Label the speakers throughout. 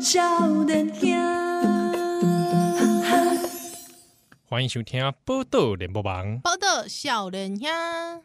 Speaker 1: 少年兄。
Speaker 2: 欢迎收听《报道联播网》，
Speaker 3: 报道少年兄，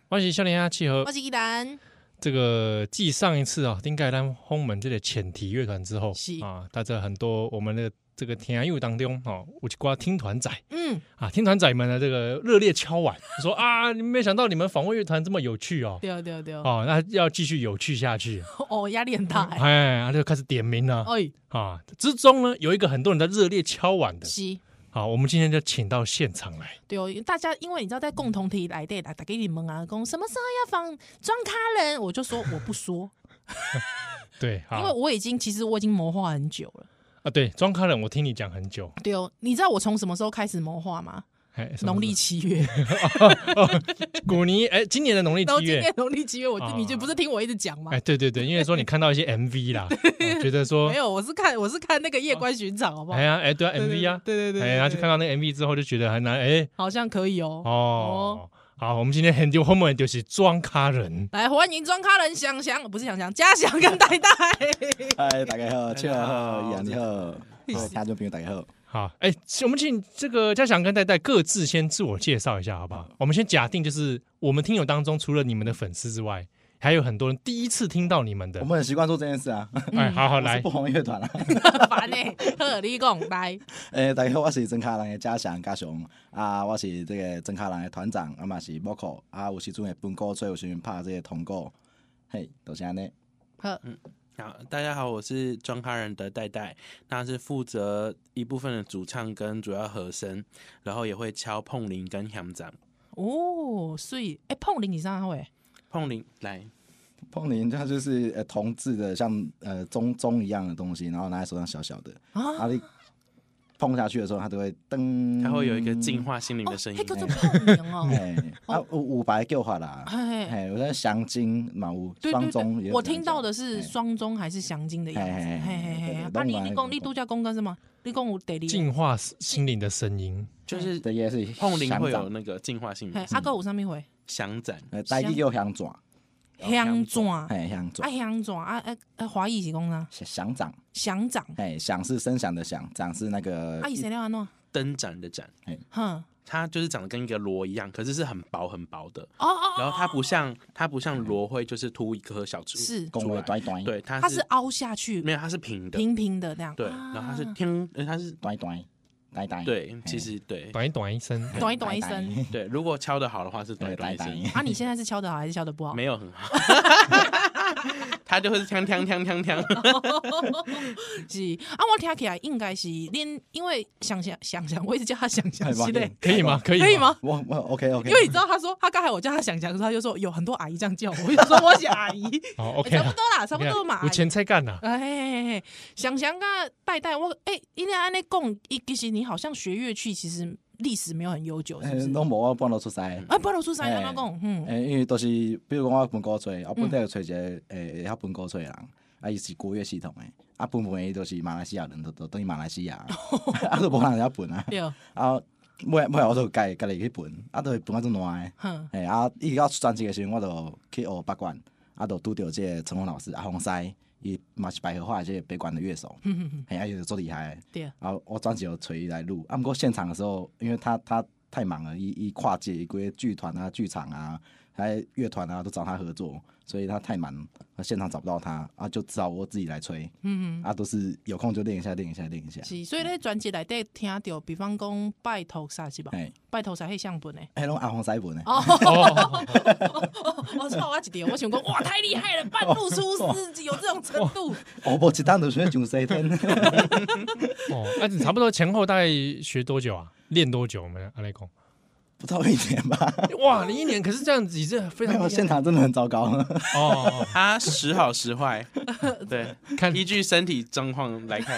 Speaker 2: 我是少年阿契合
Speaker 3: 我。是依兰，
Speaker 2: 这个继上一次啊，丁盖丹轰门这个浅提乐团之后
Speaker 3: 是
Speaker 2: 啊，大家很多我们的这个听友当中哦，有一挂听团仔
Speaker 3: 嗯，
Speaker 2: 啊，听团仔们呢这个热烈敲 碗说啊，你没想到你们访问乐团这么有趣哦，
Speaker 3: 对对对，
Speaker 2: 哦，那要继续有趣下去，
Speaker 3: 哦，压力很大 哎，
Speaker 2: 哎，他就开始点名了
Speaker 3: 哎，
Speaker 2: 啊。之中呢，有一个很多人在热烈敲碗的，
Speaker 3: 是，
Speaker 2: 好，我们今天就请到现场来，
Speaker 3: 对哦，大家因为你知道在共同体来的，大家给你们啊，讲什么时候要访装咖人，我就说我 不说，
Speaker 2: 对，
Speaker 3: 因为
Speaker 2: 好
Speaker 3: 我已经其实我已经谋划很久了，
Speaker 2: 啊，对，庄康人，我听你讲很久，
Speaker 3: 对哦，你知道我从什么时候开始谋划吗？
Speaker 2: 哎，什么
Speaker 3: 农历七 月，
Speaker 2: 古尼，哎，今年的农历
Speaker 3: 然后
Speaker 2: 七
Speaker 3: 今
Speaker 2: 月，
Speaker 3: 年农历七月，我
Speaker 2: 啊
Speaker 3: 你就不是听我一直讲吗
Speaker 2: 哎，？对 对对，因为说你看到一些 MV 啦，哦觉得说
Speaker 3: 没，有，我是看我是看那个夜观巡场，好不好
Speaker 2: 哎？呀，哎，对啊
Speaker 3: 对对
Speaker 2: ，MV 啊，
Speaker 3: 对对对对
Speaker 2: 哎，
Speaker 3: 对
Speaker 2: 他就看到那个 MV 之后就觉得很难，哎，
Speaker 3: 好像可以哦。
Speaker 2: 哦，好，我们今天很久后面就是装咖人，
Speaker 3: 来，欢迎装咖人想想，不是想想，嘉祥跟戴戴。
Speaker 4: 哎
Speaker 5: 嗨，哎大家好，秋好，
Speaker 2: 好
Speaker 5: 依然你好，
Speaker 3: 是
Speaker 5: 好大众朋友大家好。
Speaker 2: 好，哎，我们请这个嘉祥跟戴戴各自先自我介绍一下，好不好？我们先假定就是我们听友当中，除了你们的粉丝之外，还有很多人第一次听到你们
Speaker 4: 哎
Speaker 2: 的
Speaker 5: 我，们很习惯做这件事啊，
Speaker 2: 哎，好好来
Speaker 5: 不，红乐团啊。
Speaker 3: 烦呢、欸，呵，你讲来，
Speaker 5: 诶，大家好，我是真卡人的嘉祥嘉雄啊，我是这个真卡人的团长，啊嘛是 vocal 啊，有时阵会分歌吹，有时阵拍这个通告，嘿，都是安尼。
Speaker 3: 呵，
Speaker 4: 好，大家好，我是庄咖人的戴戴，那是负责一部分的主唱跟主要和声，然后也会敲碰铃跟响掌。
Speaker 3: 哦，所以哎，碰铃你上位，
Speaker 4: 碰铃来，
Speaker 5: 碰铃它就是呃铜制的，像呃钟钟一样的东西，然后拿在手上小小的，
Speaker 3: 啊
Speaker 5: 啊你碰下去的时候，它都会噔，
Speaker 4: 它会有一个净化心灵
Speaker 3: 哦
Speaker 4: 的声，音
Speaker 3: 那。叫做碰铃哦。
Speaker 5: 嘿，啊有有白叫 法啦，
Speaker 3: 哎，
Speaker 5: 嘿，我在香精嘛，有
Speaker 3: 对
Speaker 5: 双
Speaker 3: 对
Speaker 5: 钟也
Speaker 3: 对，
Speaker 5: 有
Speaker 3: 我
Speaker 5: 这样
Speaker 3: 听到
Speaker 5: 讲
Speaker 3: 的是
Speaker 5: 嘿
Speaker 3: 双钟还是祥金的样子？
Speaker 5: 嘿
Speaker 3: 嘿
Speaker 5: 嘿嘿
Speaker 3: 嘿
Speaker 5: 对
Speaker 3: 嘿
Speaker 5: 对，
Speaker 3: 啊，
Speaker 5: 拢
Speaker 3: 你
Speaker 5: 嘛
Speaker 3: 你讲你度假公跟什么？你讲有第二
Speaker 2: 净化心灵的声音，
Speaker 4: 就是
Speaker 5: 这也是
Speaker 4: 碰铃会
Speaker 5: 响
Speaker 4: 有
Speaker 5: 掌
Speaker 4: 那个净化性
Speaker 3: 个，嘿
Speaker 4: 的，
Speaker 3: 阿哥有啥物回？
Speaker 4: 响掌，
Speaker 5: 呃，台语叫香爪，
Speaker 3: 香转，
Speaker 5: 嘿，香
Speaker 3: 啊
Speaker 5: 爪，
Speaker 3: 香转，啊啊啊，华语是讲啥？
Speaker 5: 响掌，
Speaker 3: 响掌，
Speaker 5: 嘿，响是声响的响，掌是那个
Speaker 3: 啊伊生了安怎？
Speaker 4: 灯展的展，
Speaker 3: 哼，哦
Speaker 4: 它就是长得跟一个螺一样，可是是很薄很薄的，
Speaker 3: 哦，哦
Speaker 4: 然后它不像它不像螺会就是凸一颗小珠，
Speaker 3: 是，
Speaker 5: 公
Speaker 4: 出
Speaker 5: 位
Speaker 4: 来
Speaker 5: 短短
Speaker 4: 对，它
Speaker 3: 它
Speaker 4: 是
Speaker 3: 是凹下去，
Speaker 4: 没有它是平的，
Speaker 3: 平啊平的那样。
Speaker 4: 对，然后它是听，呃它是
Speaker 5: 短短短短，
Speaker 4: 对
Speaker 5: 嘿，
Speaker 4: 其实对
Speaker 2: 短一短一声，
Speaker 3: 短一短一声，
Speaker 4: 对，如果敲的好的话是短
Speaker 5: 对
Speaker 4: 短
Speaker 5: 短
Speaker 4: 一声
Speaker 5: 短，，
Speaker 3: 啊，你现在是敲的好还是敲的不好？
Speaker 4: 没有很好， 他就会是锵锵锵锵锵，
Speaker 3: 是啊，我听起来应该是恁，因为想想想想，我一直叫他想 想
Speaker 5: 太棒
Speaker 3: 系
Speaker 5: 了
Speaker 3: 列，
Speaker 2: 可以吗？可以，
Speaker 3: 哎可以？吗？
Speaker 5: 我我 OK OK，
Speaker 3: 因为你知道，他说他刚才我叫他想想，的时候，他就说有很多阿姨这样叫我，我就说我是阿姨，
Speaker 2: 好
Speaker 3: 欸
Speaker 2: ，OK，
Speaker 3: 差不多啦，差不多嘛
Speaker 2: 有。钱才干啊 呐。
Speaker 3: 哎嘿嘿嘿，想想啊，戴戴我哎，因为安尼讲，伊其实你好像学乐器，其实历史没有很悠久，是不
Speaker 5: 呃
Speaker 3: 是？
Speaker 5: 拢无我半路出师。
Speaker 4: 嗯
Speaker 5: 诶
Speaker 3: 啊，不如出山跟他讲，嗯，
Speaker 5: 因为都是，比如讲我分歌吹，我本地有吹一个诶会晓分歌吹的人，啊，伊是国乐系统诶，啊，分分伊就是马来西亚人，都都等于马来西亚，
Speaker 3: 哦
Speaker 5: 啊，都无人会晓分啊，
Speaker 3: 对，
Speaker 5: 啊，尾尾我都家家己去分，啊，都会分啊做烂诶。
Speaker 3: 哼，
Speaker 5: 嘿，啊，伊到出专辑诶时阵，我就去学北管，啊，就拄着即个陈红老师阿啊洪师，伊嘛是百合花的即个北管的乐手，
Speaker 3: 嗯嗯嗯，
Speaker 5: 嘿，啊，伊就做厉害的。
Speaker 3: 对，
Speaker 5: 啊，我专辑有找伊来录，啊，毋过现场的时候，因为他他太忙了，伊伊跨界一个剧团啊、剧场啊，还乐团啊，都找他合作，所以他太忙，啊，现场找不到他，啊，就只好我自己来吹，
Speaker 3: 嗯嗯。
Speaker 5: 啊，都是有空就练一下，练一下，练一下。
Speaker 3: 是，所以咧专辑内底听到，比方讲拜头啥是吧？
Speaker 5: 嘿，
Speaker 3: 拜头啥迄相本诶。
Speaker 5: 迄拢哎阿洪师分的，
Speaker 3: 哦，
Speaker 2: 哦，
Speaker 3: 我操，我一点，我想讲，哇，太厉害了，半路出师有这种程度，
Speaker 5: 哦我无一单就选上 西天。
Speaker 2: 哦，那你差不多前后大概学多久啊？练多久？我们阿雷 公，
Speaker 5: 不到一年吧，
Speaker 2: 哇，你一年可是这样子，已经非
Speaker 5: 没
Speaker 2: 常
Speaker 5: 有现
Speaker 2: 厉害
Speaker 5: 场真的很糟糕。
Speaker 2: 哦，哦
Speaker 4: 他时好时 坏，对，
Speaker 2: 看
Speaker 4: 依据身体状况来看，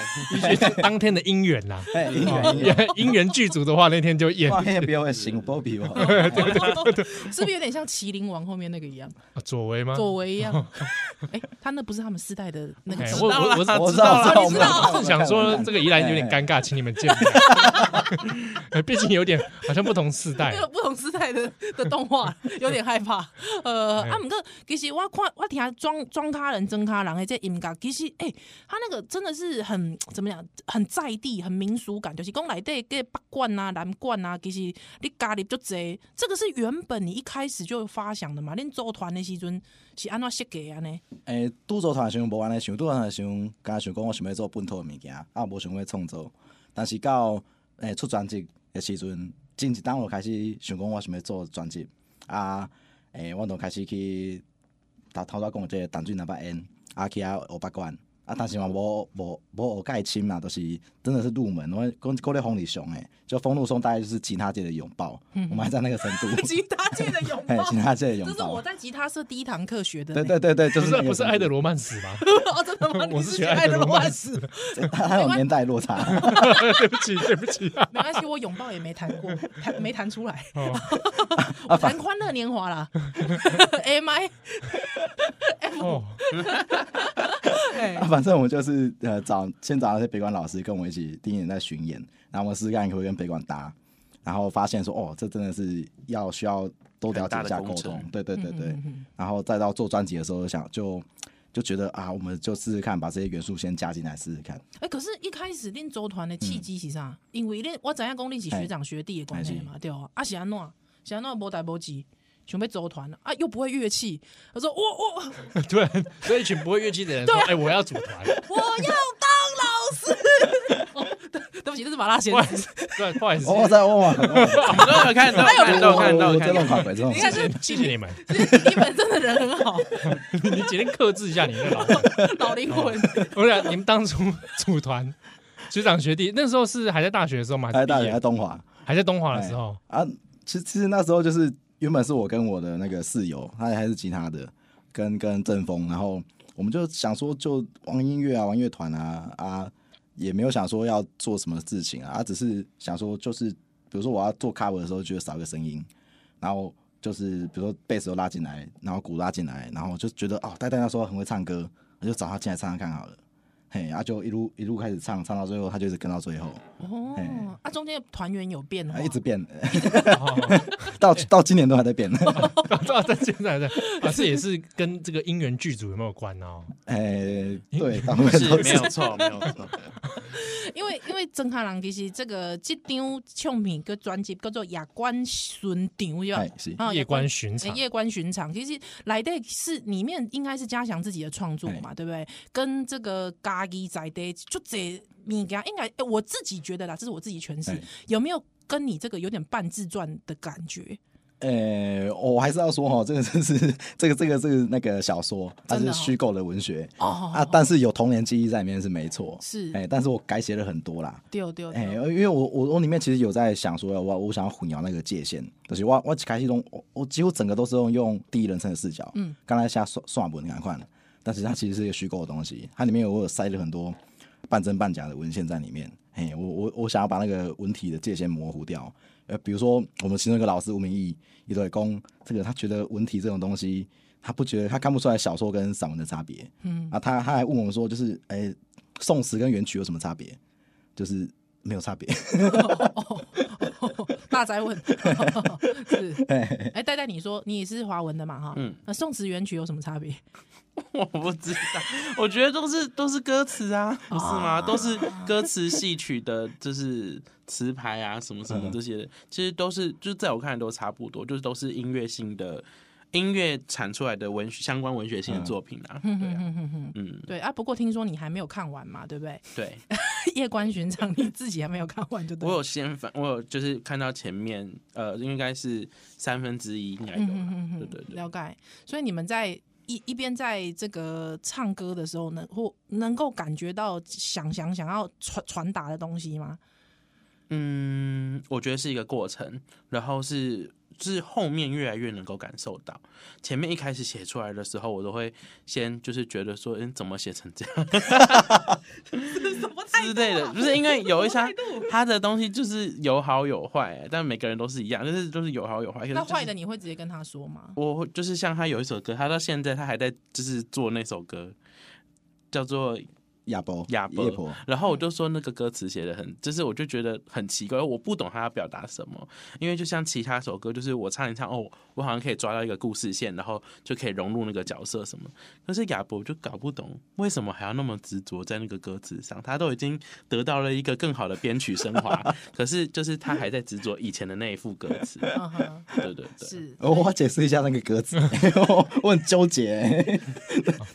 Speaker 2: 依据当天的姻缘啦，
Speaker 5: 哎，姻缘姻缘，
Speaker 2: 哦姻缘剧组的话，那天就演
Speaker 5: 哇，那个表演行波比 哦，
Speaker 3: 是不是有点像麒麟王后面那个一样，
Speaker 2: 啊左为吗？
Speaker 3: 左为一样？哎，他那不是他们四代的那个
Speaker 2: 哎
Speaker 3: 手
Speaker 2: 我我我
Speaker 4: 知道啦
Speaker 5: 我
Speaker 4: 我
Speaker 5: 知
Speaker 4: 知
Speaker 2: 啊
Speaker 5: 道，
Speaker 4: 道
Speaker 5: 我
Speaker 4: 啦
Speaker 5: 知道，
Speaker 2: 想说这个宜兰有点尴尬，请你们见谅。 呃毕竟有点好像不同世代
Speaker 3: 那。个不同时代的的动画，有点害怕。呃，
Speaker 2: 哎
Speaker 3: 啊，毋过其实我看我听装装卡人、真卡人的这音乐，其实诶、欸他那个真的是很怎么讲，很在地、很民俗感，就是讲内底个北管啊、南管啊，其实你加入就济。这个是原本你一开始就发想的嘛？恁组团的时阵是安怎设计安尼？
Speaker 5: 诶，拄做团的时阵无安尼想，拄做团的时阵，敢想讲我想要做本土的物件，啊，无想要创作。但是到诶、出专辑的时阵，近一档我开始想讲我想要做专辑，啊，诶、我就开始去头头仔讲即个淡水南北演，啊去遐学八馆，啊，但是嘛无无无学盖深嘛，就是真的是入门。我讲讲咧风里熊诶，就风路松大概就是吉他界的拥抱，我们还在那个程度，
Speaker 3: 嗯 吉他界的拥
Speaker 5: 嘿
Speaker 3: 抱，
Speaker 5: 吉他界的拥
Speaker 3: 这是我
Speaker 5: 抱。
Speaker 3: 在吉他社第一堂课学的呢。
Speaker 5: 对对对对，就
Speaker 2: 不
Speaker 5: 是
Speaker 2: 是
Speaker 5: 那个
Speaker 2: 不是
Speaker 5: 程
Speaker 2: 爱
Speaker 5: 度
Speaker 2: 德罗曼史 吗？
Speaker 3: 哦，真的吗？你
Speaker 2: 我
Speaker 3: 是
Speaker 2: 是
Speaker 3: 学
Speaker 2: 学
Speaker 3: 爱
Speaker 2: 爱
Speaker 3: 的
Speaker 2: 德
Speaker 3: 罗
Speaker 2: 罗
Speaker 3: 曼
Speaker 2: 曼
Speaker 3: 史？
Speaker 5: 它 它有年代落差。
Speaker 2: 对不起，对不 起啊！
Speaker 3: 没关系，我拥抱也没谈过，谈没谈出来。
Speaker 2: 哦
Speaker 3: 我谈欢乐年华啦，M I
Speaker 2: 哦，
Speaker 5: 啊，反正我们就是呃找先找那些北管老师跟我们一起第一年在巡演，然后我们试试看可不可以跟北管搭，然后发现说哦，这真的是要需要多了解一下沟通
Speaker 4: 很大的工程，
Speaker 5: 对对对对，
Speaker 4: 嗯
Speaker 5: 然后再到做专辑的时候想就就觉得啊，我们就试试看把这些元素先加进来试试看，
Speaker 3: 哎、可是一开始恁组团的契机是啥？因为恁我知影讲恁是学长学弟的关系嘛，对哦。啊是安怎？是安怎无代无志，想要组团啊，又不会乐器。他说我我
Speaker 2: 对，所以一群不会乐器的人说：“哎，我要组团。
Speaker 3: 我要当老师。 哦，对对不起，这是马拉先
Speaker 2: 不好
Speaker 3: 生
Speaker 2: 意。思”对，啊不好意思，
Speaker 5: 哦，在哇，
Speaker 4: 我们都有看到， 看到，看到，
Speaker 5: 我这
Speaker 4: 看
Speaker 5: 种
Speaker 4: 到。
Speaker 5: 款鬼这种
Speaker 3: 你
Speaker 5: 款
Speaker 3: 看
Speaker 5: 鬼，
Speaker 3: 这
Speaker 2: 谢谢你们，
Speaker 3: 你们真的人很好，
Speaker 2: 你你今天克制一下你那老 板。
Speaker 3: 老灵魂。
Speaker 2: 我俩你们当初组团，学长学弟那时候是还在大学的时候嘛，还是
Speaker 5: 还有哎大
Speaker 2: 毕
Speaker 5: 学在
Speaker 2: 业
Speaker 5: 东华
Speaker 2: 还在东华的时候，
Speaker 5: 啊，其其实那时候就是原本是我跟我的那个室友，他还是吉他的，跟跟郑峰，然后我们就想说就玩音乐啊，玩乐团啊啊，也没有想说要做什么事情啊，啊只是想说就是比如说我要做 cover 的时候，觉得少一个声音，然后就是比如说贝斯都拉进来，然后鼓拉进来，然后就觉得哦，戴戴那时候很会唱歌，我就找他进来唱唱看好了。嘿，啊就一路一路开始唱，唱到最后，他就一直跟到最后，
Speaker 3: 哦，啊，中间团员有变化，
Speaker 5: 啊一直 变，
Speaker 2: 哦
Speaker 5: 到到今年都还在变。哎
Speaker 2: 到哦在现在在啊，这也是跟这个姻缘剧组有没有关哦？
Speaker 5: 哎，对，大部分
Speaker 4: 是
Speaker 5: 都
Speaker 4: 没
Speaker 5: 是
Speaker 4: 有错，没 有错。
Speaker 3: 因为因为曾卡郎其实这个这张唱片个专辑叫做《夜观巡场》对吧
Speaker 5: 哎？是
Speaker 4: 哦
Speaker 3: 啊
Speaker 2: 夜观巡场
Speaker 4: 哎
Speaker 3: 呃夜观巡场，其实来的是里面应该是嘉祥自己的创作
Speaker 5: 哎
Speaker 3: 嘛，对不对？跟这个嘎吉在的就这物件，应该、哎我自己觉得啦，这是我自己诠释
Speaker 5: 哎，
Speaker 3: 有没有跟你这个有点半自传的感觉？
Speaker 5: 呃，我还是要说哈，这个真是这个这个这个那个小说，它
Speaker 3: 真的
Speaker 5: 是
Speaker 3: 哦
Speaker 5: 虚构的文学
Speaker 3: 哦
Speaker 5: 啊，但是有童年记忆在里面是没错，
Speaker 3: 是
Speaker 5: 哎，但是我改写了很多啦。
Speaker 3: 对对
Speaker 5: 哎、
Speaker 3: 对，
Speaker 5: 因为我我我里面其实有在想说，我我想要混淆那个界限，就是我我一开始用我我几乎整个都是用用第一人称的视角，
Speaker 3: 嗯，
Speaker 5: 刚才下算算文赶快，但是它其实是一个虚构的东西，它里面有我有塞了很多半真半假的文献在里面，哎、我我我想要把那个文体的界限模糊掉，呃，比如说我们其中一个老师吴明义，一对公，这个他觉得文体这种东西，他不觉得他看不出来小说跟散文的差别，
Speaker 3: 嗯，
Speaker 5: 啊，他他还问我们说，就是哎、宋词跟元曲有什么差别？就是没有差别。
Speaker 3: 大灾问是，哎、戴戴，你说你也是华文的嘛哈？
Speaker 4: 嗯
Speaker 3: 那宋词元曲有什么差别？
Speaker 4: 我不知道，我觉得都是都是歌词啊，不是吗？都是歌词戏曲的，就是词牌啊，什么什么这些，其实都是，就是在我看来都差不多，就是都是音乐性的音乐产出来的文学相关文学性的作品啊，对啊，嗯，
Speaker 3: 对啊，不过听说你还没有看完嘛，对不对？
Speaker 4: 对，
Speaker 3: 夜观巡场你自己还没有看完就对
Speaker 4: 我
Speaker 3: 了。
Speaker 4: 有先翻，我有就是看到前面，呃，应该是三分之一应该有啦，对对
Speaker 3: 嗯
Speaker 4: 对，
Speaker 3: 了解，所以你们在一一边在这个唱歌的时候能或能够感觉到想想想要传传达的东西吗？
Speaker 4: 嗯，我觉得是一个过程，然后是是后面越来越能够感受到，前面一开始写出来的时候，我都会先就是觉得说，嗯，怎么写成这样
Speaker 3: 什么
Speaker 4: 之类
Speaker 3: 啊
Speaker 4: 的，不是因为 有一些他的东西就是有好有坏、但每个人都是一样，就是就是有好有坏，可是
Speaker 3: 那
Speaker 4: 就是
Speaker 3: 坏的你会直接跟他说吗？
Speaker 4: 我会就是像他有一首歌，他到现在他还在就是做那首歌，叫做《
Speaker 5: 亚伯
Speaker 4: 亚伯
Speaker 5: 夜婆，
Speaker 3: 嗯
Speaker 4: 然后我就说那个歌词写的很，就是我就觉得很奇怪，我不懂他要表达什么。因为就像其他首歌，就是我唱一唱，哦，我好像可以抓到一个故事线，然后就可以融入那个角色什么。可是亚伯就搞不懂为什么还要那么执着在那个歌词上，他都已经得到了一个更好的编曲升华，可是就是他还在执着以前的那一副歌词。
Speaker 3: 嗯哼，
Speaker 4: 对对啊对，
Speaker 3: 是
Speaker 5: 哦我要解释一下那个歌词，我 我很纠结、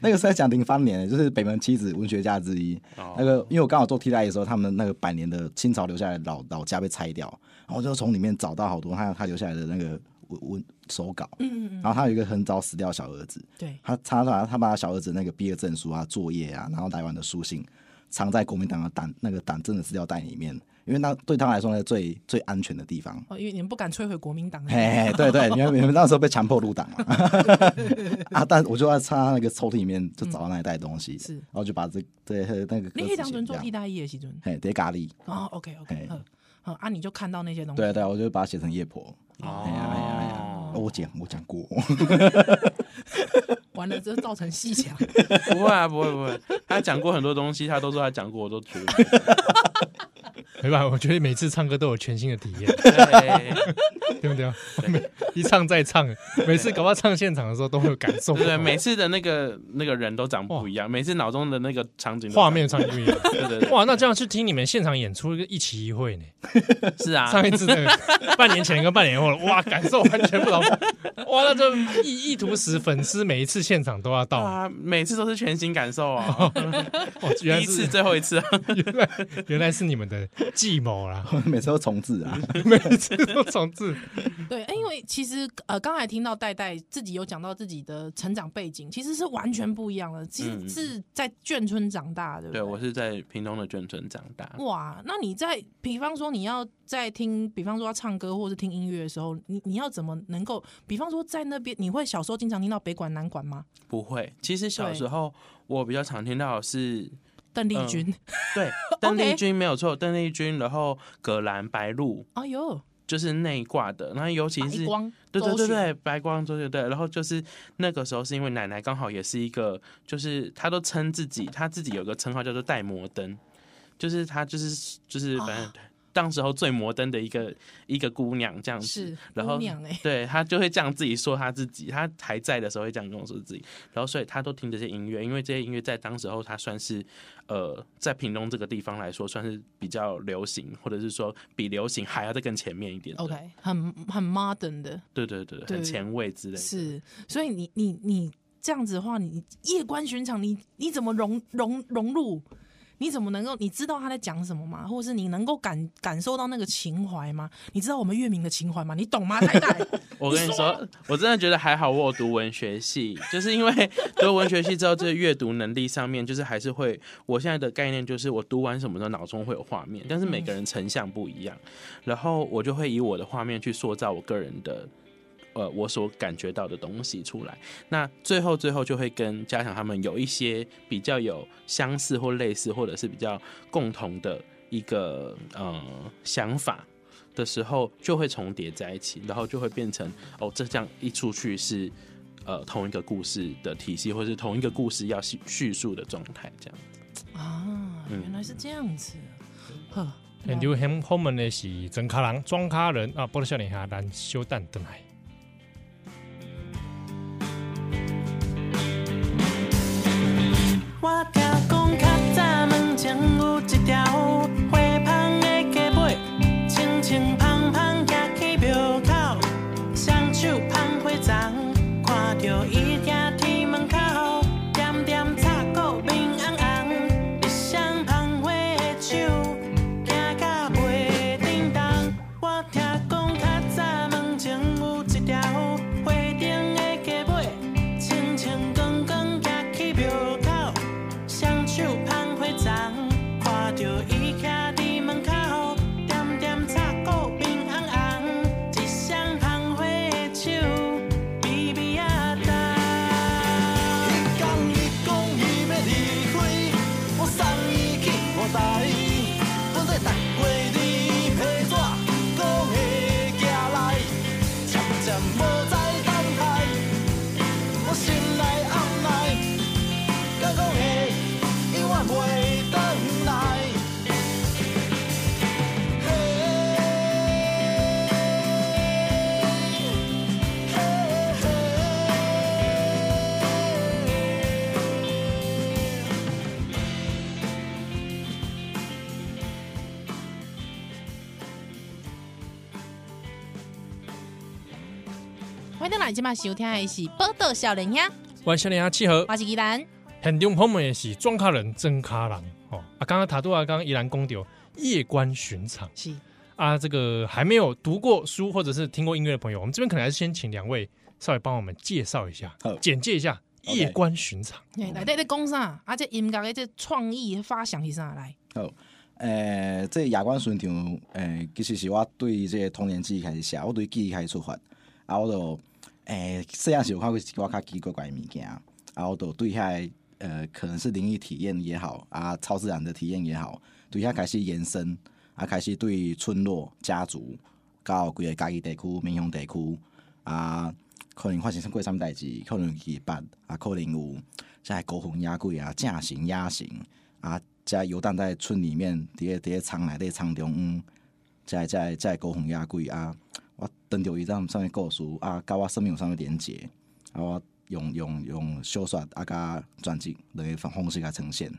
Speaker 5: 那个是在讲零三年，就是北门七子文学家之一。
Speaker 4: 哦
Speaker 5: 那个因为我刚好做替代的时候，他们那个百年的清朝留下来的老老家被拆掉，然后我就从里面找到好多他他留下来的那个文文手稿。
Speaker 3: 嗯嗯嗯，
Speaker 5: 然后他有一个很早死掉的小儿子，
Speaker 3: 对，
Speaker 5: 他他把他把他小儿子那个毕业证书啊、作业啊，然后台湾的书信，藏在国民党的党那个党政的资料袋里面，因为那对他来说呢最最安全的 地方。
Speaker 3: 哦，因为你们不敢摧毁国民党，
Speaker 5: 嘿嘿，对对，你们你们那时候被强迫入党 嘛，啊，但我就在他那个抽屉里面就找到那一袋东西，
Speaker 3: 是
Speaker 5: 然后就把这对那个
Speaker 3: 你迄
Speaker 5: 歌词
Speaker 3: 当
Speaker 5: 写
Speaker 3: 阵
Speaker 5: 这
Speaker 3: 做替
Speaker 5: 样，
Speaker 3: 代役的时阵，
Speaker 5: 嘿，叠咖喱，
Speaker 3: 哦，OK OK，
Speaker 5: 嘿
Speaker 3: 好，好啊，你就看到那些东西，
Speaker 5: 对对，我就把它写成夜婆，哎呀哎呀哎呀
Speaker 4: 哦，
Speaker 5: 哦我讲我讲过，
Speaker 3: 完了之后造成细墙，
Speaker 4: 不会啊，不会不会，他讲过很多东西，他都说他讲过，我都觉 得
Speaker 2: 没
Speaker 4: 没
Speaker 2: 办法，我觉得每次唱歌都有全新的体 验，
Speaker 4: 对。
Speaker 2: 对不对？一唱再唱，每次搞不好唱现场的时候都会有感受，
Speaker 4: 对对，每次的那个那个人都长不一样，每次脑中的那个场景都
Speaker 2: 画面上不一样。
Speaker 4: 长不一样，对对对，
Speaker 2: 哇，那这样去听你们现场演出一期一会呢？
Speaker 4: 是啊，
Speaker 2: 上一次那个半年前跟半年后了，哇，感受完全不同。哇，那这意意图使粉丝每一次现场都要到，
Speaker 4: 啊，每次都是全新感受 啊，
Speaker 2: 哇，
Speaker 4: 第
Speaker 2: 哦原来
Speaker 4: 一次
Speaker 2: 是
Speaker 4: 最后一次啊，
Speaker 2: 原来 原来是你们的计谋 啦，
Speaker 5: 每次都重置啊，
Speaker 2: 每次都重置。
Speaker 4: 啊
Speaker 3: 对，哎因为其实呃，刚才听到戴戴自己有讲到自己的成长背景，其实是完全不一样的，其实
Speaker 4: 嗯
Speaker 3: 是在眷村长大，对不
Speaker 4: 对
Speaker 3: 对？
Speaker 4: 我是在屏东的眷村长大，
Speaker 2: 嗯
Speaker 3: 哇，那你在比方说你要在听，比方说要唱歌或是听音乐的时候，你你要怎么能够？比方说在那边，你会小时候经常听到北管南管吗？
Speaker 4: 不会，其实小
Speaker 3: 对
Speaker 4: 时候我比较常听到的是
Speaker 3: 邓丽
Speaker 4: 嗯
Speaker 3: 君，
Speaker 4: 对邓丽君没有错，邓丽君，然后葛兰白露
Speaker 3: 哎呦，
Speaker 4: 就是内挂的，然后尤其
Speaker 3: 白
Speaker 4: 是
Speaker 3: 光，
Speaker 4: 对对对
Speaker 3: 周雪，
Speaker 4: 对，白光周对对，然后就是那个时候是因为奶奶刚好也是一个，就是她都称自己，她自己有个称号叫做戴摩登，就是她就是就是反
Speaker 3: 哦
Speaker 4: 正 当时候最摩登的一个一个姑娘这样子
Speaker 3: 是，
Speaker 4: 然
Speaker 3: 姑
Speaker 4: 后
Speaker 3: 娘哎，
Speaker 4: 对她就会这样自己说她自己，她还在的时候会这样跟我说自己，然后所以她都听这些音乐，因为这些音乐在当时候她算是呃在屏东这个地方来说算是比较流行，或者是说比流行还要再更前面一点的
Speaker 3: OK，很很 modern 的，
Speaker 4: 对对对，对
Speaker 3: 对
Speaker 4: 很前卫之类的。
Speaker 3: 是，所以你你你这样子的话，你夜观寻常，你你怎么融融融入？你怎么能够你知道他在讲什么吗？或者是你能够感感受到那个情怀吗？你知道我们乐迷的情怀吗？你 懂吗，太太？
Speaker 4: 我跟你说，我真的觉得还好，我有读文学系，就是因为读文学系之后，这个阅读能力上面，就是还是会，我现在的概念就是，我读完什么的脑中会有画面，但是每个人成像不一样，然后我就会以我的画面去塑造我个人的。呃，我所感觉到的东西出来，那最后最后就会跟家长他们有一些比较有相似或类似，或者是比较共同的一个呃想法的时候，就会重叠在一起，然后就会变成哦，这这样一出去是呃同一个故事的体系，或是同一个故事要叙叙述的状态，这样。
Speaker 3: 啊，
Speaker 4: 嗯
Speaker 3: 原来是这样子，呵，
Speaker 2: And you him home 的是真卡郎庄卡人啊，波多少年下咱小蛋等来。
Speaker 1: 我听讲较早门前有一条花香的鸡尾，清清芳芳行去庙口，双手捧花丛，看着伊行天门口，点点插鼓面红红，一双捧花的手，行到袂叮当。我听讲较早门前有一条花灯的鸡尾，清清光光行去庙口。双手捧花丛，看着伊徛伫门口，点点插鼓面红红，一双捧花的手，微微啊动。
Speaker 6: 讲伊讲伊要离开，我送伊去看台。阮在逐月二批纸，搁会寄来，渐渐无再等待。我心内暗内，敢讲会永远袂
Speaker 3: 欢迎来今晚收听的是《报道少年兄》，
Speaker 2: 我少年啊，契合
Speaker 3: 我是依兰。
Speaker 2: 很重后面的是装卡人真卡郎哦啊，刚刚塔多啊，刚刚依然公丢夜观巡场
Speaker 3: 是
Speaker 2: 啊，这个还没有读过书或者是听过音乐的朋友，我们这边可能还是先请两位稍微帮我们介绍一下
Speaker 5: 好，
Speaker 2: 简介一下
Speaker 5: OK
Speaker 2: 夜观巡场。
Speaker 3: 嘿内底咧讲啥？啊，这音乐的这创意发想是啥来？
Speaker 5: 好，诶、即个夜观巡场，诶、其实是我对即个童年记忆开始写，我对记忆开始出发，啊，我就诶，细、汉时有看过一寡较奇奇怪怪的物件，啊，我就对遐呃，可能是灵异体验也好，啊，超自然的体验也好，对遐开始延伸，啊，开始对村落、家族，到规个家己地区、民雄地区，啊，可能发生过啥物代志，可能有奇八，啊，可能有像孤魂野鬼啊、正神、野神。啊，遮游荡在村里面，伫个伫个仓内底仓中央，遮遮遮高红野鬼啊，我登着伊张上面故事啊，甲我生命有啥物连接，啊，我用用用小说啊甲专辑两个方方式甲呈现。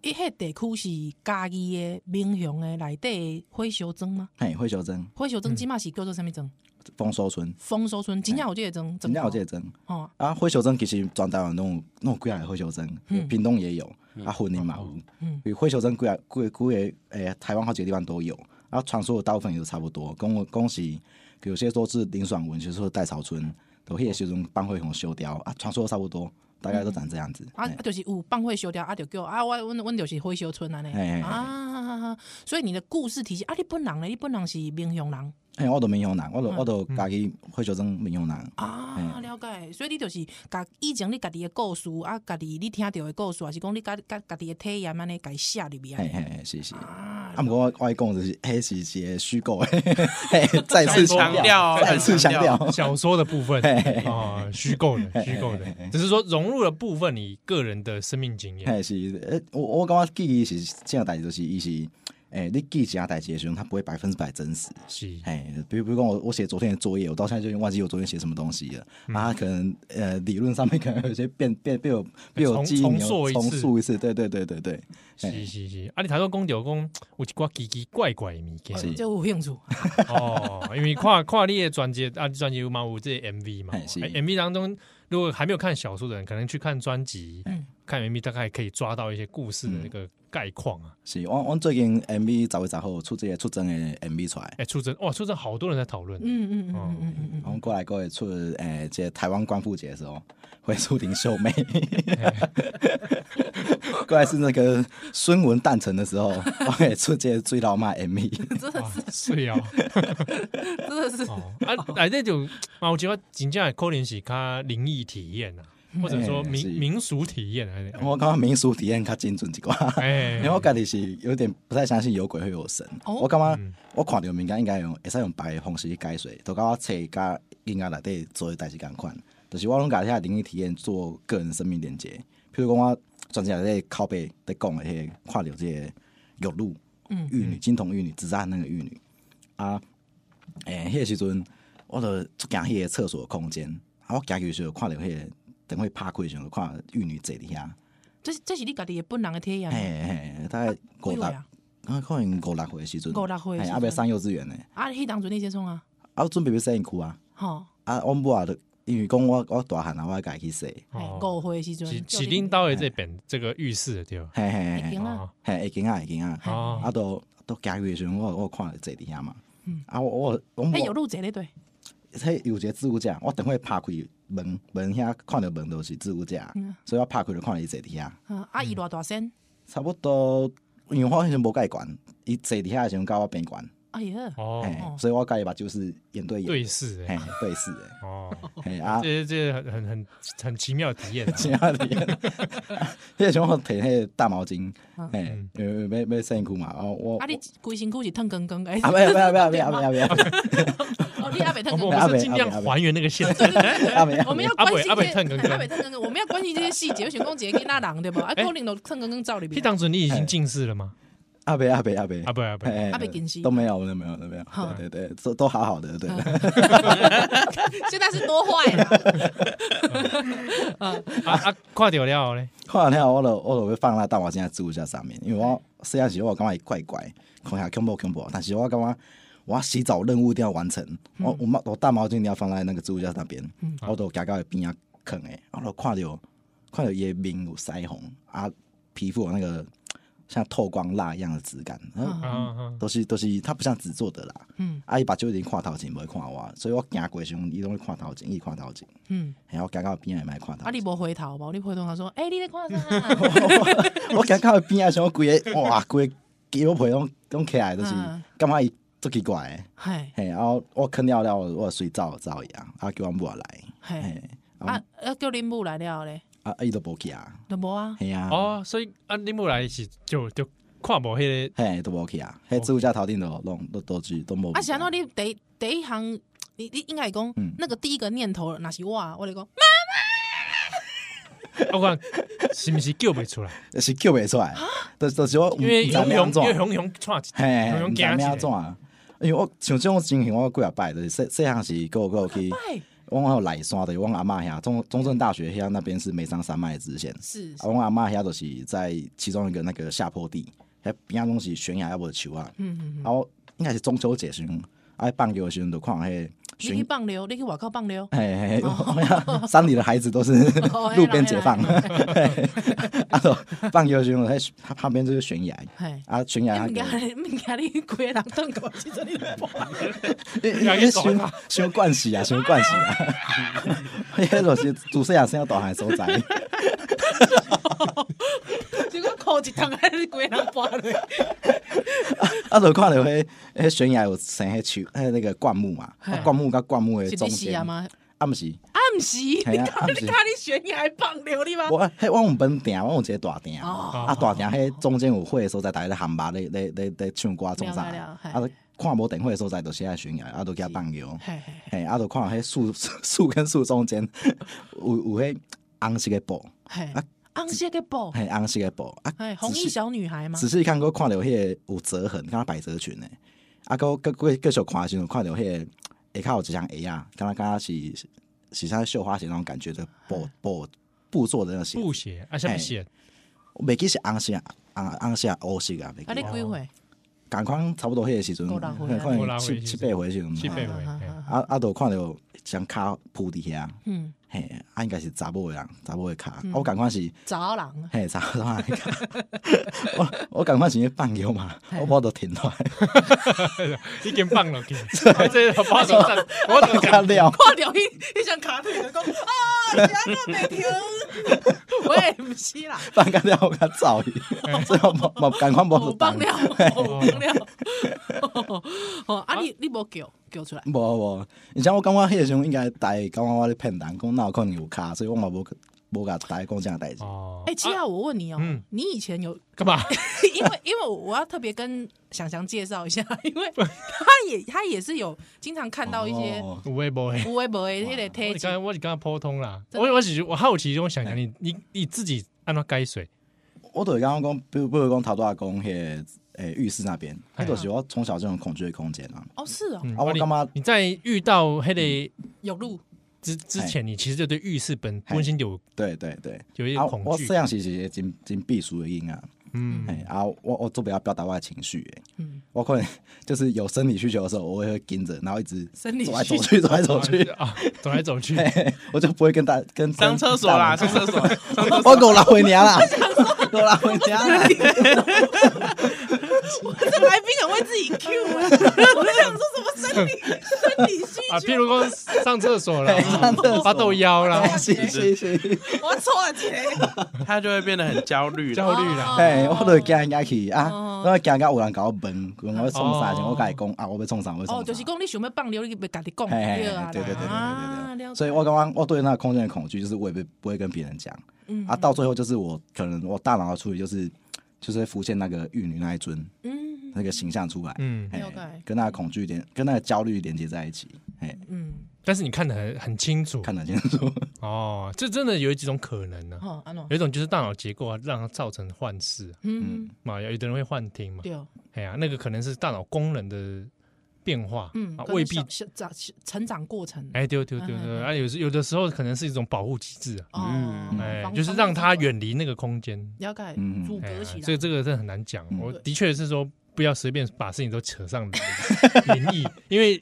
Speaker 3: 伊迄地区是家己的民雄的内底的火烧庄吗？
Speaker 5: 嘿，惠秀珍，
Speaker 3: 火烧庄即嘛是叫做啥物庄？
Speaker 5: 丰收村，
Speaker 3: 丰收村，
Speaker 5: 哎
Speaker 3: 真正有即个庄，
Speaker 5: 真正有这个真。
Speaker 3: 哦，
Speaker 5: 啊，火烧针其实全台湾拢有拢有几啊个火烧针，屏东也有，啊，云林嘛有，因为火烧针几啊几几个诶、台湾好几个地方都有，啊，传说的大部分也都差不多，讲讲是有些说是林爽文，有些说是戴潮春，都迄个时阵帮会红修雕啊，传说都差不多，大概都长这样子。
Speaker 3: 啊，
Speaker 5: 嘿
Speaker 3: 啊就是有放火烧掉，啊，就叫啊，我阮阮就是火烧村安尼
Speaker 5: 嘿嘿嘿
Speaker 3: 啊，所以你的故事体系啊，你本人咧，你本人是民雄人
Speaker 5: 嘿，我都闽南人，我都我都家己火烧针闽南人，
Speaker 3: 啊，
Speaker 5: 哎
Speaker 3: 了解，所以你就是甲以前你家己的故事啊，家己你听到的故事，还是讲你家家家己的体验安尼，家己写入面安
Speaker 5: 嘿
Speaker 3: 尼。
Speaker 5: 嘿嘿，是是。
Speaker 3: 啊
Speaker 5: 啊，毋过我我讲就是，迄是一个虚构的，嘿嘿再次
Speaker 4: 强调
Speaker 5: 再次强调，
Speaker 2: 小说的 部分啊，虚构的，虚构的，只是说融入了部分你个人的生命经验。
Speaker 5: 嘿是，诶、我我感觉记忆是这样代志，就是伊是，诶、你记一件代志的时候，它不会百分之百真实。
Speaker 2: 是，
Speaker 5: 嘿，比如比如讲我我写昨天的作业，我到现在就已经忘记我昨天写什么东西了。
Speaker 2: 嗯
Speaker 5: 啊，可能呃理论上面可能有些变变被我被我
Speaker 2: 重
Speaker 5: 记忆
Speaker 2: 重
Speaker 5: 扭
Speaker 2: 塑一
Speaker 5: 重
Speaker 2: 次
Speaker 5: 塑一次，对对对对对，
Speaker 2: 是是是，啊，你头先讲着讲有一寡奇奇怪怪的物件
Speaker 5: 是
Speaker 3: 这有兴趣，啊
Speaker 2: 哦，因为跨跨你的专辑啊，专辑有嘛有这些 MV 嘛、
Speaker 5: 嘿是
Speaker 2: 哎 m v 当中如果还没有看小说的人，可能去看专辑，
Speaker 5: 嗯
Speaker 2: 看 MV 大概可以抓到一些故事的那个概况啊。
Speaker 5: 是。我我最近 MV 找一找后出这个出真的 MV 出来
Speaker 2: 哎、，出征哇，出征好多人在讨论，啊
Speaker 3: 嗯嗯嗯嗯嗯嗯
Speaker 5: 我们过来过来出诶，这个台湾光复节的时候会出林 秀妹，过来是那个孙文诞辰的时候，我会出这个最老妈 MV。
Speaker 2: 哇，是 哦，
Speaker 3: 嗯，真的是
Speaker 2: 哦，啊，来这种嘛，我觉得真正的可能是较灵异体验啊，或者说
Speaker 3: 嗯
Speaker 5: 哎
Speaker 2: 民、
Speaker 5: 是
Speaker 2: 民俗体验啊，
Speaker 3: 哦
Speaker 5: 我感觉民俗体验较精准一寡，
Speaker 2: 哎、
Speaker 5: 因为我家己是有点不太相信有鬼会有神。
Speaker 3: 哦
Speaker 5: 我感觉我看到民间应该用会使用白的方式去解释，都甲我找甲应该内底做的代志共款。就是我拢甲遐灵异体验做个人生命连接，譬如讲我专辑内底靠背在讲的迄、个，看到这个玉露、
Speaker 3: 嗯
Speaker 5: 玉女、金童玉女、自杀那个玉女啊，诶、迄个时阵我就出行迄个厕所的空间，啊，我行去的时候看到迄、个等会拍开的时候，看到玉女坐伫遐。
Speaker 3: 这是这是你家己的本人的体验吗。
Speaker 5: 嘿，嘿，大概五
Speaker 3: 几
Speaker 5: 六，
Speaker 3: 岁哎啊
Speaker 5: 啊，可能五六岁的时阵，
Speaker 3: 五六岁的时阵
Speaker 5: 嘿啊，要上幼稚园呢，
Speaker 3: 啊，迄当阵你先创啊，
Speaker 5: 啊，我准备要洗身躯啊，
Speaker 3: 吼，
Speaker 5: 啊，阮母啊，就因为讲我我大汉啊，我要家己洗，
Speaker 3: 嘿
Speaker 2: 哦
Speaker 3: 五岁的时阵，
Speaker 2: 起
Speaker 3: 叫
Speaker 2: 起
Speaker 3: 你
Speaker 2: 定到的这本这个浴室的对吧？
Speaker 5: 嘿嘿
Speaker 3: 已
Speaker 5: 嘿，
Speaker 3: 经
Speaker 2: 哦
Speaker 3: 啊，
Speaker 5: 嘿，会惊啊会惊啊，
Speaker 2: 哦
Speaker 5: 啊，都都家己的时阵，我我有看到坐伫遐嘛，啊，我我我母
Speaker 3: 嗯哎，有路坐咧对，
Speaker 5: 迄有一个置物架，我等会拍开门门遐看到门都是置物架，
Speaker 3: 嗯
Speaker 5: 所以我拍开就看到伊坐伫遐，
Speaker 3: 啊，啊，
Speaker 2: 嗯
Speaker 3: 伊偌大声，
Speaker 5: 差不多，因为我迄时阵无甲伊悬，伊坐伫遐的时阵甲我边悬，
Speaker 3: 哎呀，
Speaker 2: 哦，
Speaker 5: 嘿，所以我甲伊目睭是眼对眼，
Speaker 2: 对视哎、
Speaker 5: 嘿，对视的。
Speaker 2: 哦。
Speaker 5: 嘿啊，
Speaker 2: 这这很很很很奇妙的体验、啊。
Speaker 5: 其他的，迄个时候我摕迄个大毛巾，嘿，因为要要要洗身躯嘛，然后我
Speaker 3: 嗯啊，你规身躯是烫光光，哎，
Speaker 5: 啊，不要不要不要不要不要不要，
Speaker 3: 哦，你阿北烫
Speaker 2: 我
Speaker 3: 光
Speaker 2: 们
Speaker 3: 光
Speaker 2: 我。们是尽量还原那个现场。
Speaker 5: 阿美
Speaker 3: 我们要
Speaker 2: 阿
Speaker 3: 关
Speaker 2: 北
Speaker 3: 心
Speaker 2: 阿
Speaker 3: 这
Speaker 2: 北
Speaker 3: 些
Speaker 2: 啊烫光光
Speaker 3: 阿北烫光光，我们要关心这些细节。想讲一个囡仔人对不？啊，可能都烫光光照里
Speaker 2: 屁
Speaker 3: 面。
Speaker 2: 当准你已
Speaker 3: 哎
Speaker 2: 经近视了吗？
Speaker 5: 阿北阿北阿北
Speaker 2: 啊，不啊不，
Speaker 5: 阿
Speaker 3: 阿伯近视
Speaker 5: 都没有都没有都没有，对对对，都都好好的，对，
Speaker 3: 嗯现在是多坏了，哎
Speaker 2: 啊啊，快掉了嘞！
Speaker 5: 后来我就我就会放那大毛巾在置物架上面，因为我细汉时候我感觉伊怪怪，看起来恐怖恐怖，但是我感觉我要洗澡任务一定要完成，我我毛我大毛巾一定要放在那个植物架那边，我都夹到伊边啊坑诶，我都看到看到伊的面有腮红啊，皮肤有那个像透光蜡一样的质感，然后
Speaker 2: 啊啊
Speaker 5: 都是都是，它不像纸做的啦。
Speaker 3: 嗯
Speaker 5: 嗯，啊，伊目睭一定看头前，无看我，所以我行过的时阵，伊拢会看头前，伊看头前，
Speaker 3: 嗯，
Speaker 5: 然后行到边仔嘛看头
Speaker 3: 啊，你
Speaker 5: 前。
Speaker 3: 无回头无？你回头他说，哎，你在看啥？
Speaker 5: 我行到边仔的时候，规个哇，规个肌肉皮拢拢起来，就是
Speaker 3: 嗯
Speaker 5: 感觉伊足奇怪的。
Speaker 3: 嗨
Speaker 5: 嘿，然后我坑了了，我随照照伊啊，啊叫阮母仔来，
Speaker 3: 嗨，
Speaker 5: 嘿，
Speaker 3: 啊，
Speaker 5: 哦
Speaker 3: 啊叫恁母来了咧，
Speaker 5: 啊伊都无去啊，
Speaker 3: 都无啊，
Speaker 5: 嘿啊，
Speaker 2: 哦，所以啊，你木来是就就看无迄个
Speaker 5: 嘿都无去啊，嘿，植物架头顶都拢都都是都无
Speaker 3: 哦
Speaker 5: 去。
Speaker 3: 啊，是安怎你第第一行，你你应该讲
Speaker 5: 嗯
Speaker 3: 那个第一个念头，若是我啊，我就讲，
Speaker 2: 啊，我看是毋是叫袂出来？
Speaker 5: 是叫袂出来，
Speaker 3: 啊
Speaker 5: 都都是我
Speaker 2: 因为
Speaker 5: 唔知
Speaker 2: 熊
Speaker 5: 道要
Speaker 2: 熊因为
Speaker 5: 安怎
Speaker 2: 熊熊串一
Speaker 5: 嘿，
Speaker 2: 熊熊
Speaker 5: 毋知要
Speaker 2: 惊
Speaker 5: 安
Speaker 2: 起
Speaker 5: 怎
Speaker 2: 来，
Speaker 5: 啊？因为我像这种情形，我几啊摆就是细细汉时，个个去，
Speaker 3: 哎，
Speaker 5: 我还有来山的，我阿嬷遐，中中正大学遐那边是梅山山脉的支线，
Speaker 3: 是
Speaker 5: 啊，我阿嬷遐就是在其中一个那个下坡地，遐边啊拢是悬崖，要无树啊，
Speaker 3: 嗯嗯，嗯
Speaker 5: 啊，我应该是中秋节时阵，啊，放假的时阵就看迄
Speaker 3: 你去
Speaker 5: 悬，
Speaker 3: 放流，你去外口放流，
Speaker 5: 嘿嘿， 我山里的孩子都是
Speaker 3: 哦
Speaker 5: 路边解放，
Speaker 3: 嘿啦
Speaker 5: 嘿 啊，就放假的时阵，在它旁边就是悬崖，
Speaker 3: 嘿。
Speaker 5: 啊，悬崖那
Speaker 3: 你毋
Speaker 5: 个。
Speaker 3: 惊你毋惊你规个人转过去，这里
Speaker 2: 要去搞
Speaker 5: 想想惯势啊，想惯势啊， 迄就是自细汉生到大汉的所在，
Speaker 3: 结果哭一趟，还是规个人搬落。
Speaker 5: 啊，就看到迄迄悬崖有生迄树，迄那个灌木嘛，啊灌木甲灌木的
Speaker 3: 是
Speaker 5: 中
Speaker 3: 你是
Speaker 5: 间
Speaker 3: 啊，吗？
Speaker 5: 啊毋是，
Speaker 3: 啊，毋是，你
Speaker 5: 嘿 啊
Speaker 3: 看
Speaker 5: 啊
Speaker 3: 你
Speaker 5: 不是
Speaker 3: 看你悬崖放流你吗？
Speaker 5: 我迄我有本店，我有一个大店，
Speaker 3: 哦
Speaker 5: 啊大店迄中间有火的所在，逐个咧喊吧咧咧咧
Speaker 3: 哦
Speaker 5: 咧唱歌创啥
Speaker 3: 了解
Speaker 5: 的，
Speaker 3: 了
Speaker 5: 啊
Speaker 3: 嘿
Speaker 5: 就看无电火的所在，就是遐悬崖，啊就去遐放尿。
Speaker 3: 嘿嘿嘿
Speaker 5: 嘿，啊，就看迄树 树跟树中间有有迄红色的布，
Speaker 3: 嘿
Speaker 5: 啊，
Speaker 3: 红色的布，
Speaker 5: 嘿红色的布啊，
Speaker 3: 哦嘿，红
Speaker 5: 仔
Speaker 3: 衣
Speaker 5: 细
Speaker 3: 小女孩吗？
Speaker 5: 仔细看过看到迄个有折痕，敢若百褶裙诶，啊，搁搁搁继续看的时阵，看到迄、个下骹有一双鞋啊，敢若敢若是是像绣花鞋那种感觉
Speaker 3: 嗯
Speaker 5: 的布布布做的那个鞋，
Speaker 2: 布鞋啊，什么鞋？
Speaker 5: 我袂记是红色红红色乌色啊，
Speaker 3: 啊，
Speaker 5: 袂
Speaker 3: 你
Speaker 5: 记
Speaker 3: 几岁？
Speaker 5: 共款差不多迄个时阵，
Speaker 3: 五
Speaker 5: 可
Speaker 3: 六岁
Speaker 5: 能可
Speaker 2: 五六
Speaker 5: 能
Speaker 2: 岁
Speaker 5: 七
Speaker 2: 的
Speaker 5: 七
Speaker 2: 时
Speaker 5: 八
Speaker 2: 阵
Speaker 5: 回的时
Speaker 2: 去
Speaker 5: 阵，
Speaker 2: 背
Speaker 3: 啊
Speaker 2: 回。
Speaker 3: 啊
Speaker 2: 嘿
Speaker 3: 啊
Speaker 5: 啊啊，就看到一双骹铺伫遐，
Speaker 3: 嗯，
Speaker 5: 嘿，啊应该是查某的人，查某的骹，啊我共款是。
Speaker 3: 查人，啊
Speaker 5: 嘿，查某人 的脚我我感觉是去放尿嘛，我把都停落来，
Speaker 2: 已经放落去，啊这个巴掌上，我
Speaker 5: 放
Speaker 2: 等
Speaker 5: 到
Speaker 2: 讲
Speaker 5: 了。
Speaker 3: 看到迄迄张卡腿就讲啊，是安怎袂停？喂，毋是啦，
Speaker 5: 放假了我甲走去， 所以我无无赶快无
Speaker 3: 我
Speaker 5: 去
Speaker 3: 哦放
Speaker 5: 动
Speaker 3: 了，我放了。 哦，啊，你你无叫叫出来，
Speaker 5: 无无，而且我感觉迄个时阵应该大家感觉我咧骗人，讲哪有可能有卡，所以我嘛无无甲大家讲这样代志。
Speaker 2: 哦
Speaker 3: 哎，七
Speaker 2: 啊
Speaker 3: 号，我问你哦
Speaker 2: 嗯，
Speaker 3: 你以前有
Speaker 2: 干嘛？
Speaker 3: 因为因为我要特别跟想想介绍一下，因为他也他也是有经常看到一些
Speaker 5: 哦
Speaker 2: 有诶无诶。
Speaker 3: 无微博的那个贴
Speaker 2: 我
Speaker 3: 纸
Speaker 2: 刚，才我是刚刚普通啦，
Speaker 3: 真的
Speaker 2: 我我只是我好奇，我想想你你你自己按照该水
Speaker 5: 我就是刚刚讲，比如比如讲头拄仔讲迄个诶浴室那边，
Speaker 2: 嘿
Speaker 5: 迄就是我从小这种恐惧的空间啊。
Speaker 3: 哦是哦，
Speaker 2: 嗯
Speaker 5: 啊我
Speaker 2: 你
Speaker 5: 感觉
Speaker 2: 你在遇到黑的
Speaker 3: 有路
Speaker 2: 之之前，你其实就对浴室本
Speaker 5: 嘿
Speaker 2: 本身有
Speaker 5: 对对对，
Speaker 2: 有一
Speaker 5: 啊
Speaker 2: 点恐，
Speaker 5: 我
Speaker 2: 惧
Speaker 5: 这，样其实是一个真真避暑的音啊。
Speaker 2: 嗯，
Speaker 5: 哎，啊，我我做不了表达我的情绪，哎，
Speaker 3: 嗯
Speaker 5: 我可能 就是有生理需求的时候，我会跟着，然后一直
Speaker 3: 生理
Speaker 5: 走来
Speaker 3: 需
Speaker 5: 走去，走来走去，
Speaker 2: 啊，走来走去，
Speaker 5: 嘿 我就不会跟大跟
Speaker 4: 上厕所啦，上厕所，上 厕
Speaker 5: 我
Speaker 4: 所，
Speaker 5: 给我拉回娘 啦，给我拉回娘啦，
Speaker 3: 这来宾很会自己 Q 啊，
Speaker 5: 嗯
Speaker 3: 我在想说什么生理生理需
Speaker 2: 啊，譬
Speaker 3: 求，
Speaker 2: 如说上厕所啦，
Speaker 5: 上厕所
Speaker 2: 发豆腰啦，
Speaker 5: 是是是，
Speaker 3: 我错 了，
Speaker 4: 他就会变得很焦虑了。
Speaker 2: 焦虑
Speaker 3: 哦
Speaker 2: 啦，
Speaker 5: 哎，我都惊人家去啊，我惊人家有人甲我问，问我要创啥，
Speaker 2: 哦
Speaker 5: 然后我甲伊讲啊，我要创啥，我要
Speaker 3: 哦，
Speaker 5: 创
Speaker 3: 就是
Speaker 5: 啥。
Speaker 3: 讲你想要放流，你别家己讲
Speaker 5: 嘿嘿
Speaker 3: 对啊啦，
Speaker 5: 嘿对对对对
Speaker 3: 啊
Speaker 5: 对对
Speaker 3: 了
Speaker 5: 对，
Speaker 3: 解
Speaker 5: 所以我刚刚我对那个空间的恐惧，就是我也不不会跟别人讲
Speaker 3: 嗯
Speaker 5: 啊，到最后就是我可能我大脑的处理就是就是会浮现那个玉女那一尊
Speaker 3: 嗯
Speaker 5: 那个形象出来，
Speaker 2: 嗯，
Speaker 5: 嘿
Speaker 3: 了解
Speaker 5: 跟那个恐惧连跟那个焦虑连接在一起，哎，
Speaker 3: 嗯，
Speaker 2: 但是你看得很很清楚
Speaker 5: 看得清楚，
Speaker 2: 哦，这真的有几种可能呢，
Speaker 3: 好哦安诺，
Speaker 2: 有一种就是大脑结构啊，让它造成幻视
Speaker 3: 嗯
Speaker 2: 嘛，有的人会幻听嘛，
Speaker 3: 对，哦
Speaker 2: 哎呀，那个可能是大脑功能的变化，
Speaker 3: 嗯
Speaker 2: 啊，，
Speaker 3: 跟
Speaker 2: 未必
Speaker 3: 小，小长成长过程，
Speaker 2: 哎，对对对
Speaker 3: 嗯嗯
Speaker 2: 对，
Speaker 3: 嗯
Speaker 2: 啊，有时有的时候可能是一种保护机制啊，
Speaker 3: 哦
Speaker 4: 嗯
Speaker 2: 哎，
Speaker 3: 防
Speaker 2: 就是
Speaker 3: 防
Speaker 2: 让它
Speaker 3: 止
Speaker 2: 远离那个空间，
Speaker 3: 了解
Speaker 5: 嗯
Speaker 3: 阻
Speaker 2: 哎呀
Speaker 3: 隔起来，
Speaker 2: 所以这个是很难讲，
Speaker 5: 嗯
Speaker 2: 我的确是说不要随便把事情都扯上灵 灵异，因为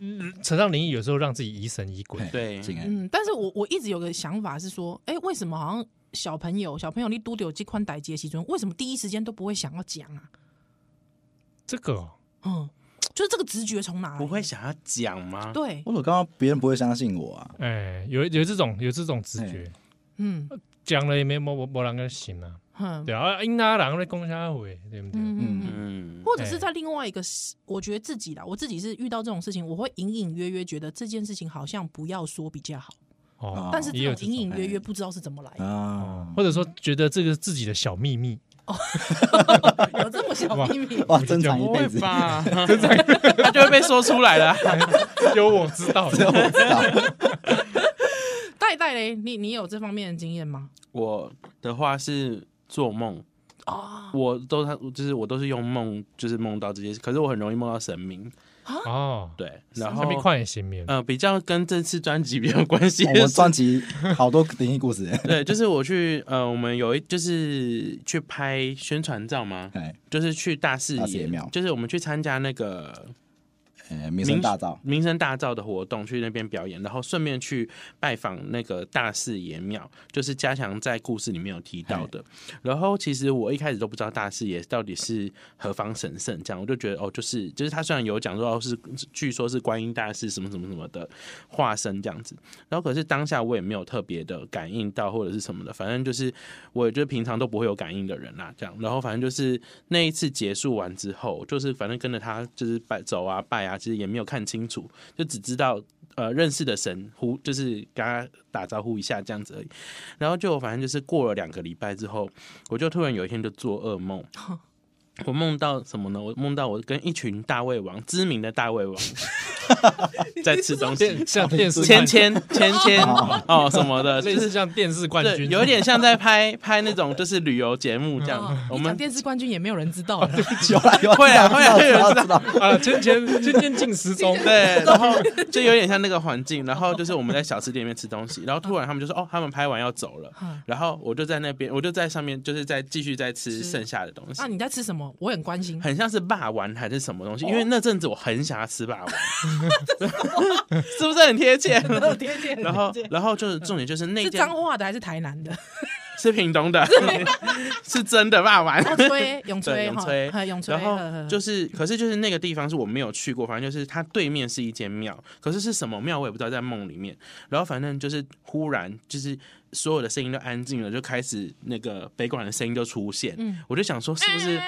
Speaker 2: 嗯扯上灵异有时候让自己疑神疑鬼
Speaker 5: 嘿。
Speaker 4: 对
Speaker 5: 真的
Speaker 3: 嗯，但是我我一直有个想法是说，哎、为什么好像小朋友小朋友你都有这款代际的时候，为什么第一时间都不会想要讲啊？
Speaker 2: 这个哦
Speaker 3: 嗯，就是这个直觉从哪来？
Speaker 4: 不会想啊要讲吗？
Speaker 3: 对，
Speaker 5: 我就刚刚别人不会相信我啊，
Speaker 2: 哎，有有这种有这种直觉，
Speaker 3: 嗯
Speaker 2: 讲了也没没没人跟行啊。
Speaker 3: 哼，
Speaker 2: 对啊，因那人在攻下回，对不对？
Speaker 3: 嗯嗯，
Speaker 4: 嗯，
Speaker 3: 或者是在另外一个时，我觉得自己啦，我自己是遇到这种事情，我会隐隐约约觉得这件事情好像不要说比较好，
Speaker 2: 哦
Speaker 5: 啊，
Speaker 3: 但是
Speaker 2: 也有
Speaker 3: 这
Speaker 2: 这
Speaker 3: 种
Speaker 2: 种
Speaker 3: 隐隐约约不知道是怎么来的，
Speaker 5: 啊，
Speaker 2: 或者说觉得这个是自己的小秘密，
Speaker 3: 有这么小秘密？
Speaker 5: 哇，珍藏一
Speaker 4: 不
Speaker 5: 辈
Speaker 4: 会
Speaker 5: 子，
Speaker 4: 吧？ 他就会被说出来了。嗯
Speaker 2: 只有我知道。
Speaker 5: 这我知道。
Speaker 3: 戴戴嘞，你你有这方面的经验吗？
Speaker 4: 我的话是做梦。我都就是我都是用梦，就是梦到这些，可是我很容易梦到神明，
Speaker 2: 哦，
Speaker 4: 啊对，然
Speaker 2: 下面
Speaker 4: 后
Speaker 2: 快点行眠。
Speaker 4: 呃比较跟这次专辑比较有关系
Speaker 5: 哦我
Speaker 4: 的
Speaker 5: 们
Speaker 4: 是，
Speaker 5: 专辑好多灵异故事，
Speaker 4: 对，就是我去呃我们有一就是去拍宣传照嘛，
Speaker 5: 哎，
Speaker 4: 就是去大士
Speaker 5: 大士爷
Speaker 4: 爷
Speaker 5: 庙
Speaker 4: 就是我们去参加那个
Speaker 5: 呃，名声大噪，
Speaker 4: 名声大噪的活动，去那边表演，然后顺便去拜访那个大士爷庙，就是嘉祥在故事里面有提到的。然后其实我一开始都不知道大士爷到底是何方神圣，这样我就觉得哦，就是就是他虽然有讲说哦是据说是观音大士什么什么什么的化身这样子，然后可是当下我也没有特别的感应到或者是什么的，反正就是我也就是平常都不会有感应的人啦，这样。然后反正就是那一次结束完之后，就是反正跟着他就是拜走啊拜啊，其实也没有看清楚，就只知道呃认识的神呼，就是跟他打招呼一下这样子而已。然后就反正就是过了两个礼拜之后，我就突然有一天就做噩梦。我梦到什么呢？我梦到我跟一群大胃王，知名的大 胃王， 在吃东西
Speaker 2: 电，像电视
Speaker 4: 芊
Speaker 2: 冠
Speaker 4: 芊芊芊哦什么的，
Speaker 2: 类
Speaker 4: 就
Speaker 2: 似
Speaker 4: 是
Speaker 2: 像电视冠
Speaker 4: 对，
Speaker 2: 军，
Speaker 4: 有点像在拍 拍那种就是旅游节目这样
Speaker 3: 哦。
Speaker 4: 啊我
Speaker 3: 你讲
Speaker 4: 们
Speaker 3: 电视冠军也没有人知道啦，
Speaker 5: 有啦有啦，
Speaker 4: 会啊
Speaker 5: 知道
Speaker 4: 会啊
Speaker 5: 知
Speaker 4: 有
Speaker 5: 道
Speaker 4: 人
Speaker 5: 知道，
Speaker 2: 啊，前前今天进时钟，
Speaker 4: 对，然后就有点像那个环境，然后就是我们在小吃店里面吃东西，然后突然他们就说哦，他们拍完要走了
Speaker 3: 嗯，
Speaker 4: 然后我就在那边，我就在上面，就是在继续在吃
Speaker 3: 吃
Speaker 4: 剩下的东西
Speaker 3: 那。啊你在哦吃什么？我很关心。
Speaker 4: 很像是霸王还是什么东西，因为那阵子我很想要 吃霸王， 是不是很贴切？
Speaker 3: 贴切
Speaker 4: 然后，然后就是重点就是那
Speaker 3: 是
Speaker 4: 件
Speaker 3: 彰化的还是台南的？
Speaker 4: 是屏东 的， 是真的霸王。
Speaker 3: 哦，吹 永
Speaker 4: 对，
Speaker 3: 吹
Speaker 4: 永
Speaker 3: 哈
Speaker 4: 吹
Speaker 3: 哈，永吹，
Speaker 4: 然
Speaker 3: 呵呵
Speaker 4: 后就是，可是就是那个地方是我没有去过，反正就是它对面是一间庙，可是是什么庙我也不知道，在梦里面。然后反正就是忽然就是所有的声音都安静了，就开始那个北管的声音就出现，
Speaker 3: 嗯
Speaker 4: 我就想说是不是？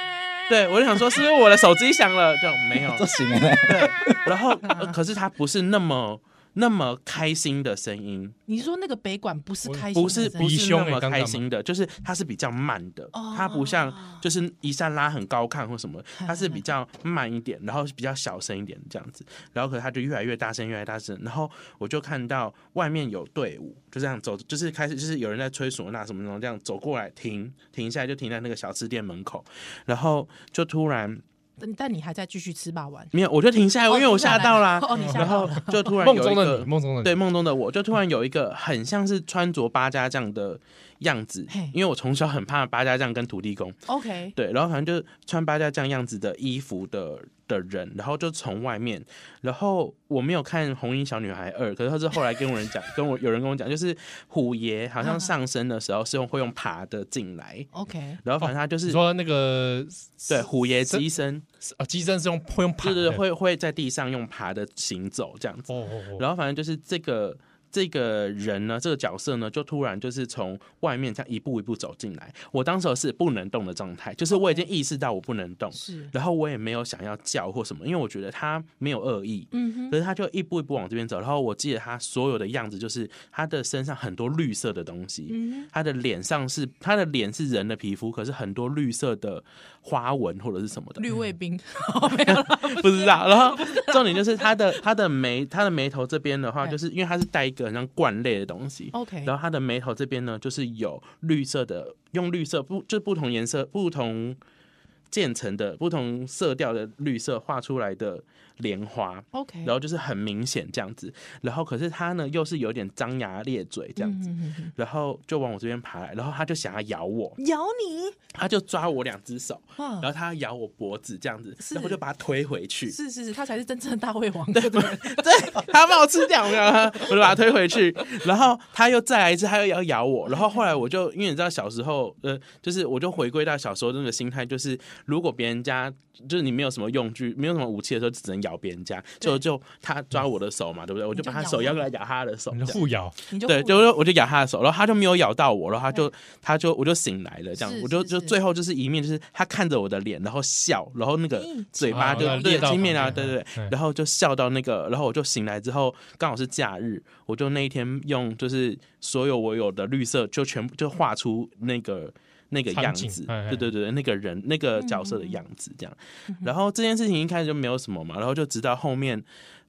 Speaker 4: 对，我就想说是不是我的手机响了？就没 有，
Speaker 5: 这行了，
Speaker 4: 对。然后、呃可是它不是那么那么开心的声音，
Speaker 3: 你是说那个北管不是开心的
Speaker 4: 不是
Speaker 3: 声
Speaker 4: 不
Speaker 3: 音
Speaker 2: 比
Speaker 4: 是
Speaker 2: 胸
Speaker 4: 那
Speaker 2: 欸
Speaker 4: 么
Speaker 2: 刚
Speaker 4: 开
Speaker 2: 干嘛
Speaker 4: 心的，就是它是比较慢的，
Speaker 3: 哦
Speaker 4: 它不像就是一下拉很高亢或什么，它是比较慢一点，然后比较小声一点这样子，然后可是它就越来越大声，越来越大声，然后我就看到外面有队伍就这样走，就是开始就是有人在吹唢呐什么什么这样走过来停停下来就停在那个小吃店门口，然后就突然
Speaker 3: 但但你还在继续吃霸王，
Speaker 4: 没有，我就停下来，因为我吓到啦，
Speaker 3: 哦，你吓
Speaker 4: 然
Speaker 3: 到
Speaker 4: 后
Speaker 3: 了，
Speaker 4: 就突然
Speaker 2: 梦
Speaker 4: 有
Speaker 2: 中
Speaker 4: 一
Speaker 2: 的
Speaker 4: 个
Speaker 2: 你，梦中的
Speaker 4: 对
Speaker 2: 你，
Speaker 4: 梦中的我，就突然有一个很像是穿着八家将的样子
Speaker 3: 嘿，
Speaker 4: 因为我从小很怕八家将跟土地公，
Speaker 3: OK，
Speaker 4: 对，然后反正就穿八家将样子的衣服的的人，然后就从外面，然后我没有看《红衣小女孩二》，可是他是后来跟我人讲，跟我有人跟我讲，就是虎爷好
Speaker 2: 嗯
Speaker 4: 像上身的时候是用会用爬的进来，
Speaker 3: OK，
Speaker 4: 然后反正他就是、
Speaker 2: 哦你说那个
Speaker 4: 对虎爷机身，
Speaker 2: 啊，机身是用会用爬
Speaker 4: 对
Speaker 2: 的，
Speaker 4: 对对，会会在地上用爬的行走这样子。
Speaker 2: 哦哦哦，
Speaker 4: 然后反正就是这个这个人呢，这个角色呢，就突然就是从外面这样一步一步走进来。我当时是不能动的状态，就是我已经意识到我不能动，
Speaker 3: 是，
Speaker 4: 然后我也没有想要叫或什么，因为我觉得他没有恶意。
Speaker 3: 嗯哼，
Speaker 4: 可是他就一步一步往这边走，然后我记得他所有的样子，就是他的身上很多绿色的东西，
Speaker 3: 嗯
Speaker 4: 他的脸上是他的脸是人的皮肤，可是很多绿色的花纹或者是什么的
Speaker 3: 哼，，绿卫
Speaker 4: 嗯
Speaker 3: 兵， 哦没有了，
Speaker 4: 不知
Speaker 3: 啊
Speaker 4: 道。然后重点就是他的他的眉他的眉头这边的话，
Speaker 3: 对哦
Speaker 4: 就是因为他是戴一个很像冠类的东西。
Speaker 3: OK，
Speaker 4: 然后他的眉头这边呢，就是有绿色的，用绿色不就不同颜色、不同渐层的不同色调的绿色画出来的莲花，
Speaker 3: OK，
Speaker 4: 然后就是很明显这样子，然后可是它呢又是有点张牙咧嘴
Speaker 3: 嗯
Speaker 4: 这样子，
Speaker 3: 子
Speaker 4: 然后就往我这边爬来，然后它就想要咬我，
Speaker 3: 咬你，
Speaker 4: 它就抓我两只手，
Speaker 3: 啊
Speaker 4: 然后它咬我脖子这样子，
Speaker 3: 是
Speaker 4: 然后我就把它推回去，
Speaker 3: 是是是，他才是真正的大胃王，对不对？
Speaker 4: 对，它把我吃掉了，我就把它推回去，然后它又再来一次，它又要咬我，然后后来我就因为你知道小时候，呃，就是我就回归到小时候那个心态，就是如果别人家就是你没有什么用具，没有什么武器的时候，就只能咬别人家，就就它抓我的手嘛，对不对？我就把它手
Speaker 3: 你就咬它
Speaker 4: 摇过来咬它的手，
Speaker 2: 你
Speaker 4: 这
Speaker 2: 的
Speaker 4: 样
Speaker 2: 互咬，
Speaker 3: 你就
Speaker 4: 对，
Speaker 3: 不
Speaker 4: 就是我就咬他的手，然后他就没有咬到我，然后他就他就我就醒来了，这样
Speaker 3: 是
Speaker 4: 我就是就是最后就是一面就是他看着我的脸，然后笑，然后那个
Speaker 3: 嗯
Speaker 4: 嘴巴
Speaker 2: 啊
Speaker 4: 就
Speaker 2: 有
Speaker 4: 对
Speaker 2: 裂到
Speaker 4: 青面啊，
Speaker 2: 旁
Speaker 4: 对
Speaker 2: 边
Speaker 4: 对
Speaker 2: 嗯
Speaker 4: 对，然后就笑到那个，然后我就醒来之后刚好是假日，我就那一天用就是所有我有的绿色就全部就画出那个。那个
Speaker 2: 场
Speaker 4: 样
Speaker 2: 景
Speaker 4: 子，
Speaker 2: 哎哎
Speaker 4: 对对对，对那个人那个角色的
Speaker 3: 嗯嗯嗯
Speaker 4: 样子这样，然后这件事情一开始就没有什么嘛，然后就直到后面，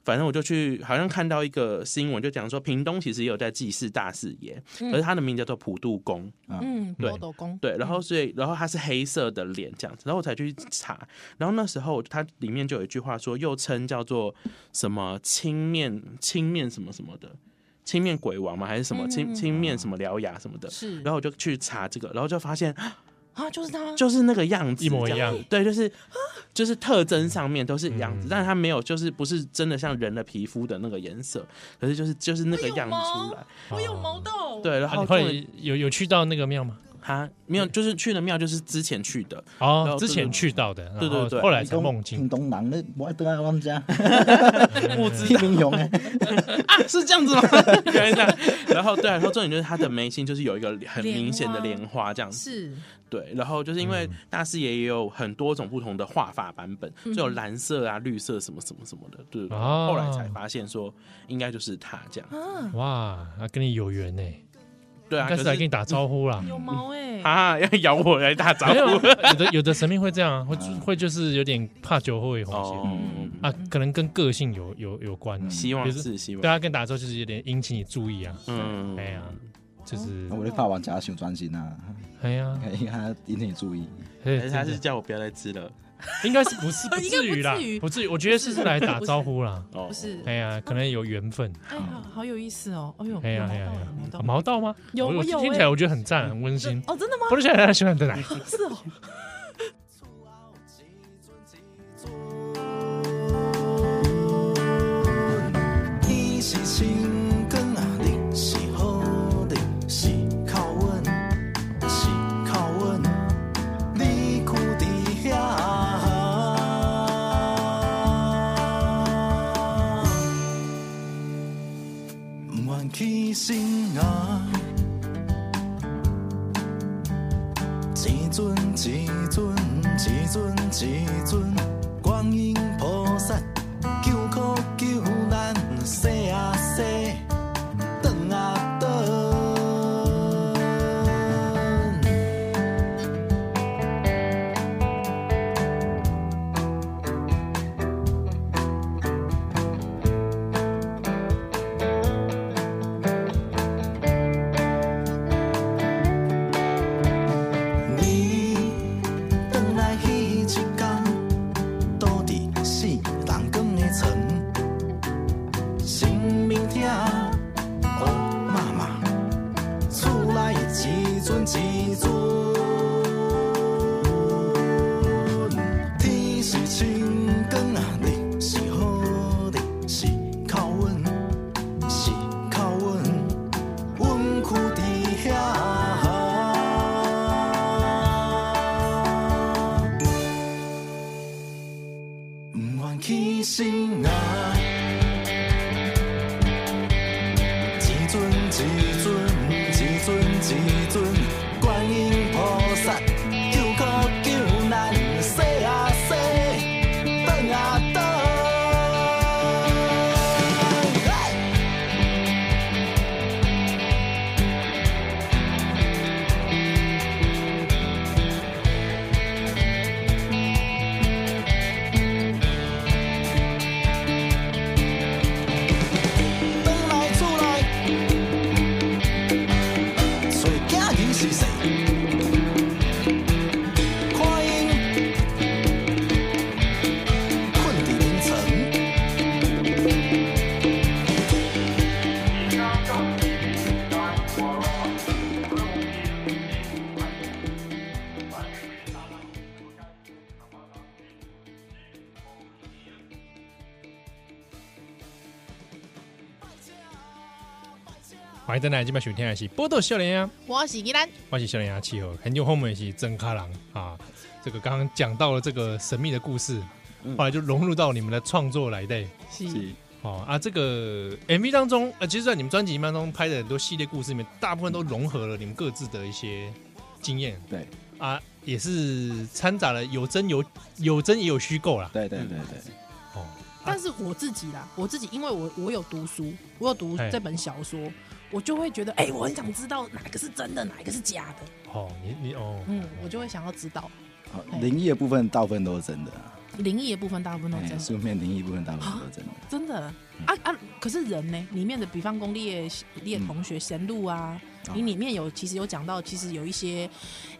Speaker 4: 反正我就去好像看到一个新闻，就讲说屏东其实也有在祭祀大士爷，
Speaker 3: 嗯
Speaker 4: 可是他的名叫做普渡公，
Speaker 3: 嗯，
Speaker 2: 对
Speaker 3: 波斗公，
Speaker 4: 对，
Speaker 2: 嗯
Speaker 4: 然后所以然后他是黑色的脸这样子，然后我才去查，然后那时候它里面就有一句话说，又称叫做什么青面青面什么什么的。青面鬼王吗？还是什么
Speaker 3: 嗯
Speaker 4: 青
Speaker 3: 嗯
Speaker 4: 青面什么獠牙什么的？
Speaker 3: 是
Speaker 4: 然后我就去查这个，然后就发现
Speaker 3: 啊，就是他，
Speaker 4: 就是那个样子，
Speaker 2: 一模一
Speaker 4: 这
Speaker 2: 样。
Speaker 4: 对，就是就是特征上面都是一样子，
Speaker 2: 嗯
Speaker 4: 但是它没有，就是不是真的像人的皮肤的那个颜色，可是就是就是那个样子出来。
Speaker 3: 我哦有毛豆，
Speaker 4: 对，然
Speaker 2: 啊，
Speaker 4: 后
Speaker 2: 你后
Speaker 4: 重
Speaker 2: 来
Speaker 4: 点
Speaker 2: 有有去到那个庙吗？
Speaker 4: 他没有，就是去的庙就是之前去的，然
Speaker 2: 哦
Speaker 4: 后，
Speaker 2: 之前
Speaker 4: 就是
Speaker 2: 去到的，然
Speaker 4: 对对
Speaker 2: 后
Speaker 4: 对
Speaker 2: 后来才梦境
Speaker 5: 屏。东人咧，无爱倒来我们家，
Speaker 4: 我知
Speaker 5: 去民雄诶，
Speaker 4: 啊，是这样子吗？ 原来这样。然后对，然后重点就是他的眉心就是有一个很明显的莲花这样子。
Speaker 3: 是
Speaker 4: 对，然后就是因为
Speaker 2: 嗯
Speaker 4: 大师爷也有很多种不同的画法版本，就有蓝色啊、绿色什么什么什么的，对对对。
Speaker 2: 哦
Speaker 4: 后来才发现说应该就是他这样。
Speaker 3: 啊，
Speaker 2: 哇，他跟你有缘呢，
Speaker 4: 对啊，
Speaker 2: 但
Speaker 4: 可
Speaker 2: 是
Speaker 4: 是
Speaker 2: 来跟你打招呼啦。
Speaker 3: 有毛哎，
Speaker 4: 啊，要咬我来打招
Speaker 2: 没有，
Speaker 4: 呼。
Speaker 2: 有的有的神明会这样啊，会会就是有点怕酒后会红线
Speaker 4: 哦，嗯
Speaker 2: 啊，可能跟个性有有有关啊。
Speaker 4: 希望
Speaker 2: 比如说
Speaker 4: 是希
Speaker 2: 对
Speaker 4: 望，
Speaker 2: 他跟你打招呼就是有点引起你注意啊。
Speaker 4: 嗯，
Speaker 2: 哎呀，就是
Speaker 5: 哦我咧拍玩家想专心啊，
Speaker 2: 哎呀，
Speaker 5: 应该引起注意。
Speaker 2: 对
Speaker 4: 但是他
Speaker 2: 真的
Speaker 4: 是叫我不要再吃了。
Speaker 2: 应该是不是不
Speaker 3: 应该
Speaker 2: 至于啦
Speaker 3: 不至于，
Speaker 2: 不至于，我觉得是是来打招呼啦。
Speaker 4: 哦
Speaker 3: 不，是？
Speaker 2: 哎呀，可能有缘分。
Speaker 3: 哎，好好有意思哦，哎呦，
Speaker 2: 哎呀哎呀
Speaker 3: 有
Speaker 2: 哎呀
Speaker 3: 毛豆，，有毛豆，
Speaker 2: 毛道吗？
Speaker 3: 有
Speaker 2: 我
Speaker 3: 我有
Speaker 2: 听起
Speaker 3: 哎
Speaker 2: 来我觉得很赞，很温 馨。
Speaker 3: 哦，真的吗？
Speaker 2: 不是现 在喜欢的来。
Speaker 3: 是哦，
Speaker 6: 你是晴光啊，你是好日，是靠阮，是靠阮，你跍伫遐。不愿起身啊，一阵一阵一阵一阵，观音菩萨。救苦救难，洗啊洗，转啊转。你转来迄一天。倒伫四人光的床，生命痛，乌麻麻，厝内一阵一阵。天是晴光啊，日是好日，是靠阮，是靠阮，阮跍伫遐。不愿起身啊，一阵一阵一阵一阵，观音菩萨救苦救难，洗啊洗，转啊转。嘿
Speaker 2: 欢迎登来今晚收听的是《波多啊笑脸呀》，
Speaker 3: 我是依兰，
Speaker 2: 我是笑脸呀气候，很久后面是真卡郎啊。这个刚刚讲到了这个神秘的故事，
Speaker 5: 嗯
Speaker 2: 后来就融入到你们的创作来的。
Speaker 3: 是
Speaker 5: 是
Speaker 2: 哦啊，这个 MV 当中，呃，其实在你们专辑当中拍的很多系列故事里面，大部分都融合了你们各自的一些经验
Speaker 5: 对
Speaker 2: 啊，也是掺杂了有真有有真也有虚构啦。
Speaker 5: 对对对对，
Speaker 2: 哦，
Speaker 3: 但是我自己啦，我自己因为我我有读书，我有读
Speaker 2: 嘿
Speaker 3: 这本小说，我就会觉得，哎、我很想知道哪个是真的，哪一个是假的，
Speaker 2: 哦，你你哦，
Speaker 3: 嗯，我就会想要知道。
Speaker 5: 好
Speaker 3: 哎
Speaker 5: 灵异的部分大部分都是真的啊，
Speaker 3: 灵异的部分大部分都
Speaker 5: 哎
Speaker 3: 真的，
Speaker 5: 书面灵异部分大部分都是真的。
Speaker 3: 真的啊啊！可是人呢，里面的比方说你的你的同学贤路啊，你里面有其实有讲到，其实有一些